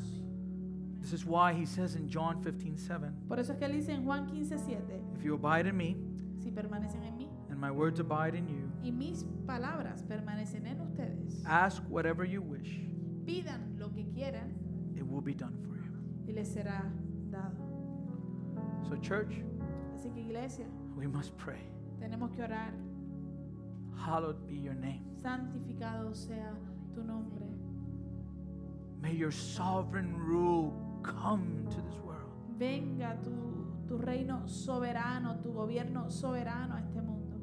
This is why he says in John 15 7, Por eso es que él dice en Juan 15:7, If you abide in me si permanecen en mí and my words abide in you, y mis palabras permanecen en ustedes. ask whatever you wish, pidan lo que quieran it will be done for you. y les será dado. So, church, Así que iglesia, we must pray. tenemos que orar. Hallowed be your name. Santificado sea tu nombre. May your sovereign rule come to this world. Venga tu, tu reino soberano, tu gobierno soberano a este mundo.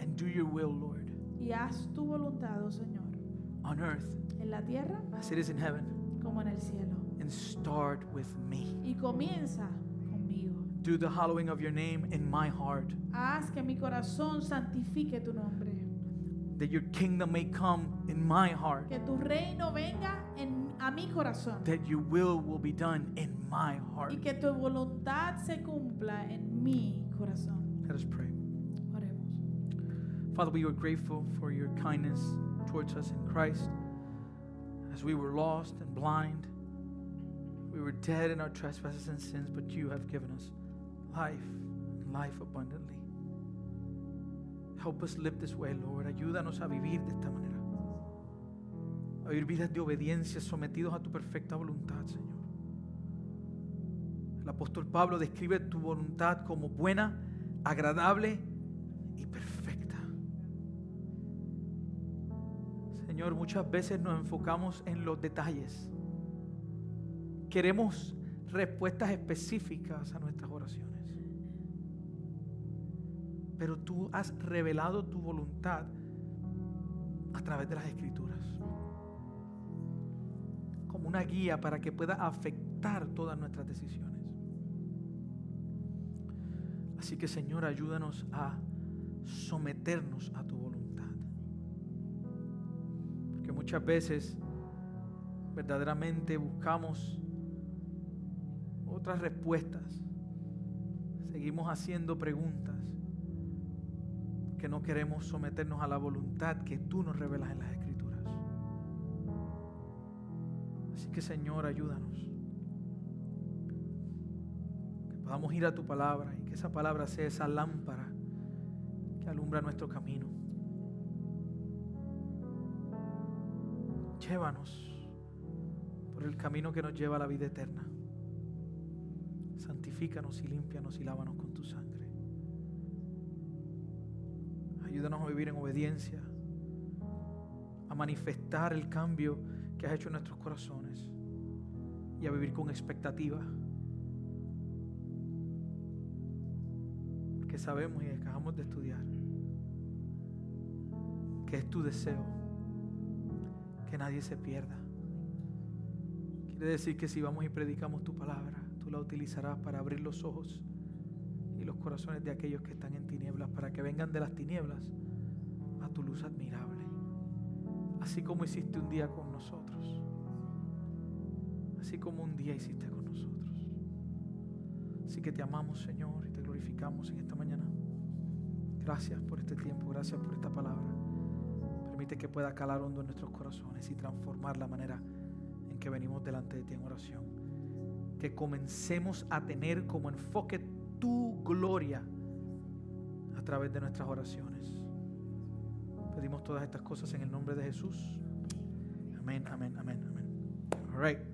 And do your will, Lord, Y haz tu voluntad, oh Señor, on earth en la tierra as it is in heaven. como en el cielo. And start with me. Y comienza conmigo. Do the hallowing of your name in my heart, Haz que mi corazón santifique tu nombre. that your kingdom may come in my heart, Que tu reino venga en, a mi corazón. that your will will be done in my heart. y que tu voluntad se cumpla en mi corazón. Let us pray. Oremos. Father, we are grateful for your kindness towards us in Christ. As we were lost and blind, we were dead in our trespasses and sins, but you have given us life and life abundantly. Help us live this way, Lord. Ayúdanos a vivir de esta manera. A vivir vidas de obediencia sometidos a tu perfecta voluntad, Señor. El apóstol Pablo describe tu voluntad como buena, agradable y perfecta. Señor, muchas veces nos enfocamos en los detalles. Queremos respuestas específicas a nuestras oraciones. Pero tú has revelado tu voluntad a través de las escrituras. Como una guía para que pueda afectar todas nuestras decisiones. Así que Señor, ayúdanos a someternos a tu voluntad. Porque muchas veces verdaderamente buscamos otras respuestas. Seguimos haciendo preguntas que no queremos someternos a la voluntad que tú nos revelas en las escrituras. Así que Señor, ayúdanos. Que podamos ir a tu palabra y que esa palabra sea esa lámpara que alumbra nuestro camino. Llévanos por el camino que nos lleva a la vida eterna. santifícanos y límpianos y lávanos con tu sangre. Ayúdanos a vivir en obediencia, a manifestar el cambio que has hecho en nuestros corazones y a vivir con expectativa. Que sabemos y acabamos de estudiar que es tu deseo que nadie se pierda. Quiere decir que si vamos y predicamos tu palabra, tú la utilizarás para abrir los ojos y los corazones de aquellos que están en tinieblas, para que vengan de las tinieblas a tu luz admirable. Así como hiciste un día con nosotros. Así como un día hiciste con nosotros. Así que te amamos, Señor, y te glorificamos en esta mañana. Gracias por este tiempo, gracias por esta palabra. Permite que pueda calar hondo en nuestros corazones y transformar la manera en que venimos delante de ti en oración. Que comencemos a tener como enfoque tu gloria a través de nuestras oraciones. Pedimos todas estas cosas en el nombre de Jesús. Amén, amén, amén, amén. All right.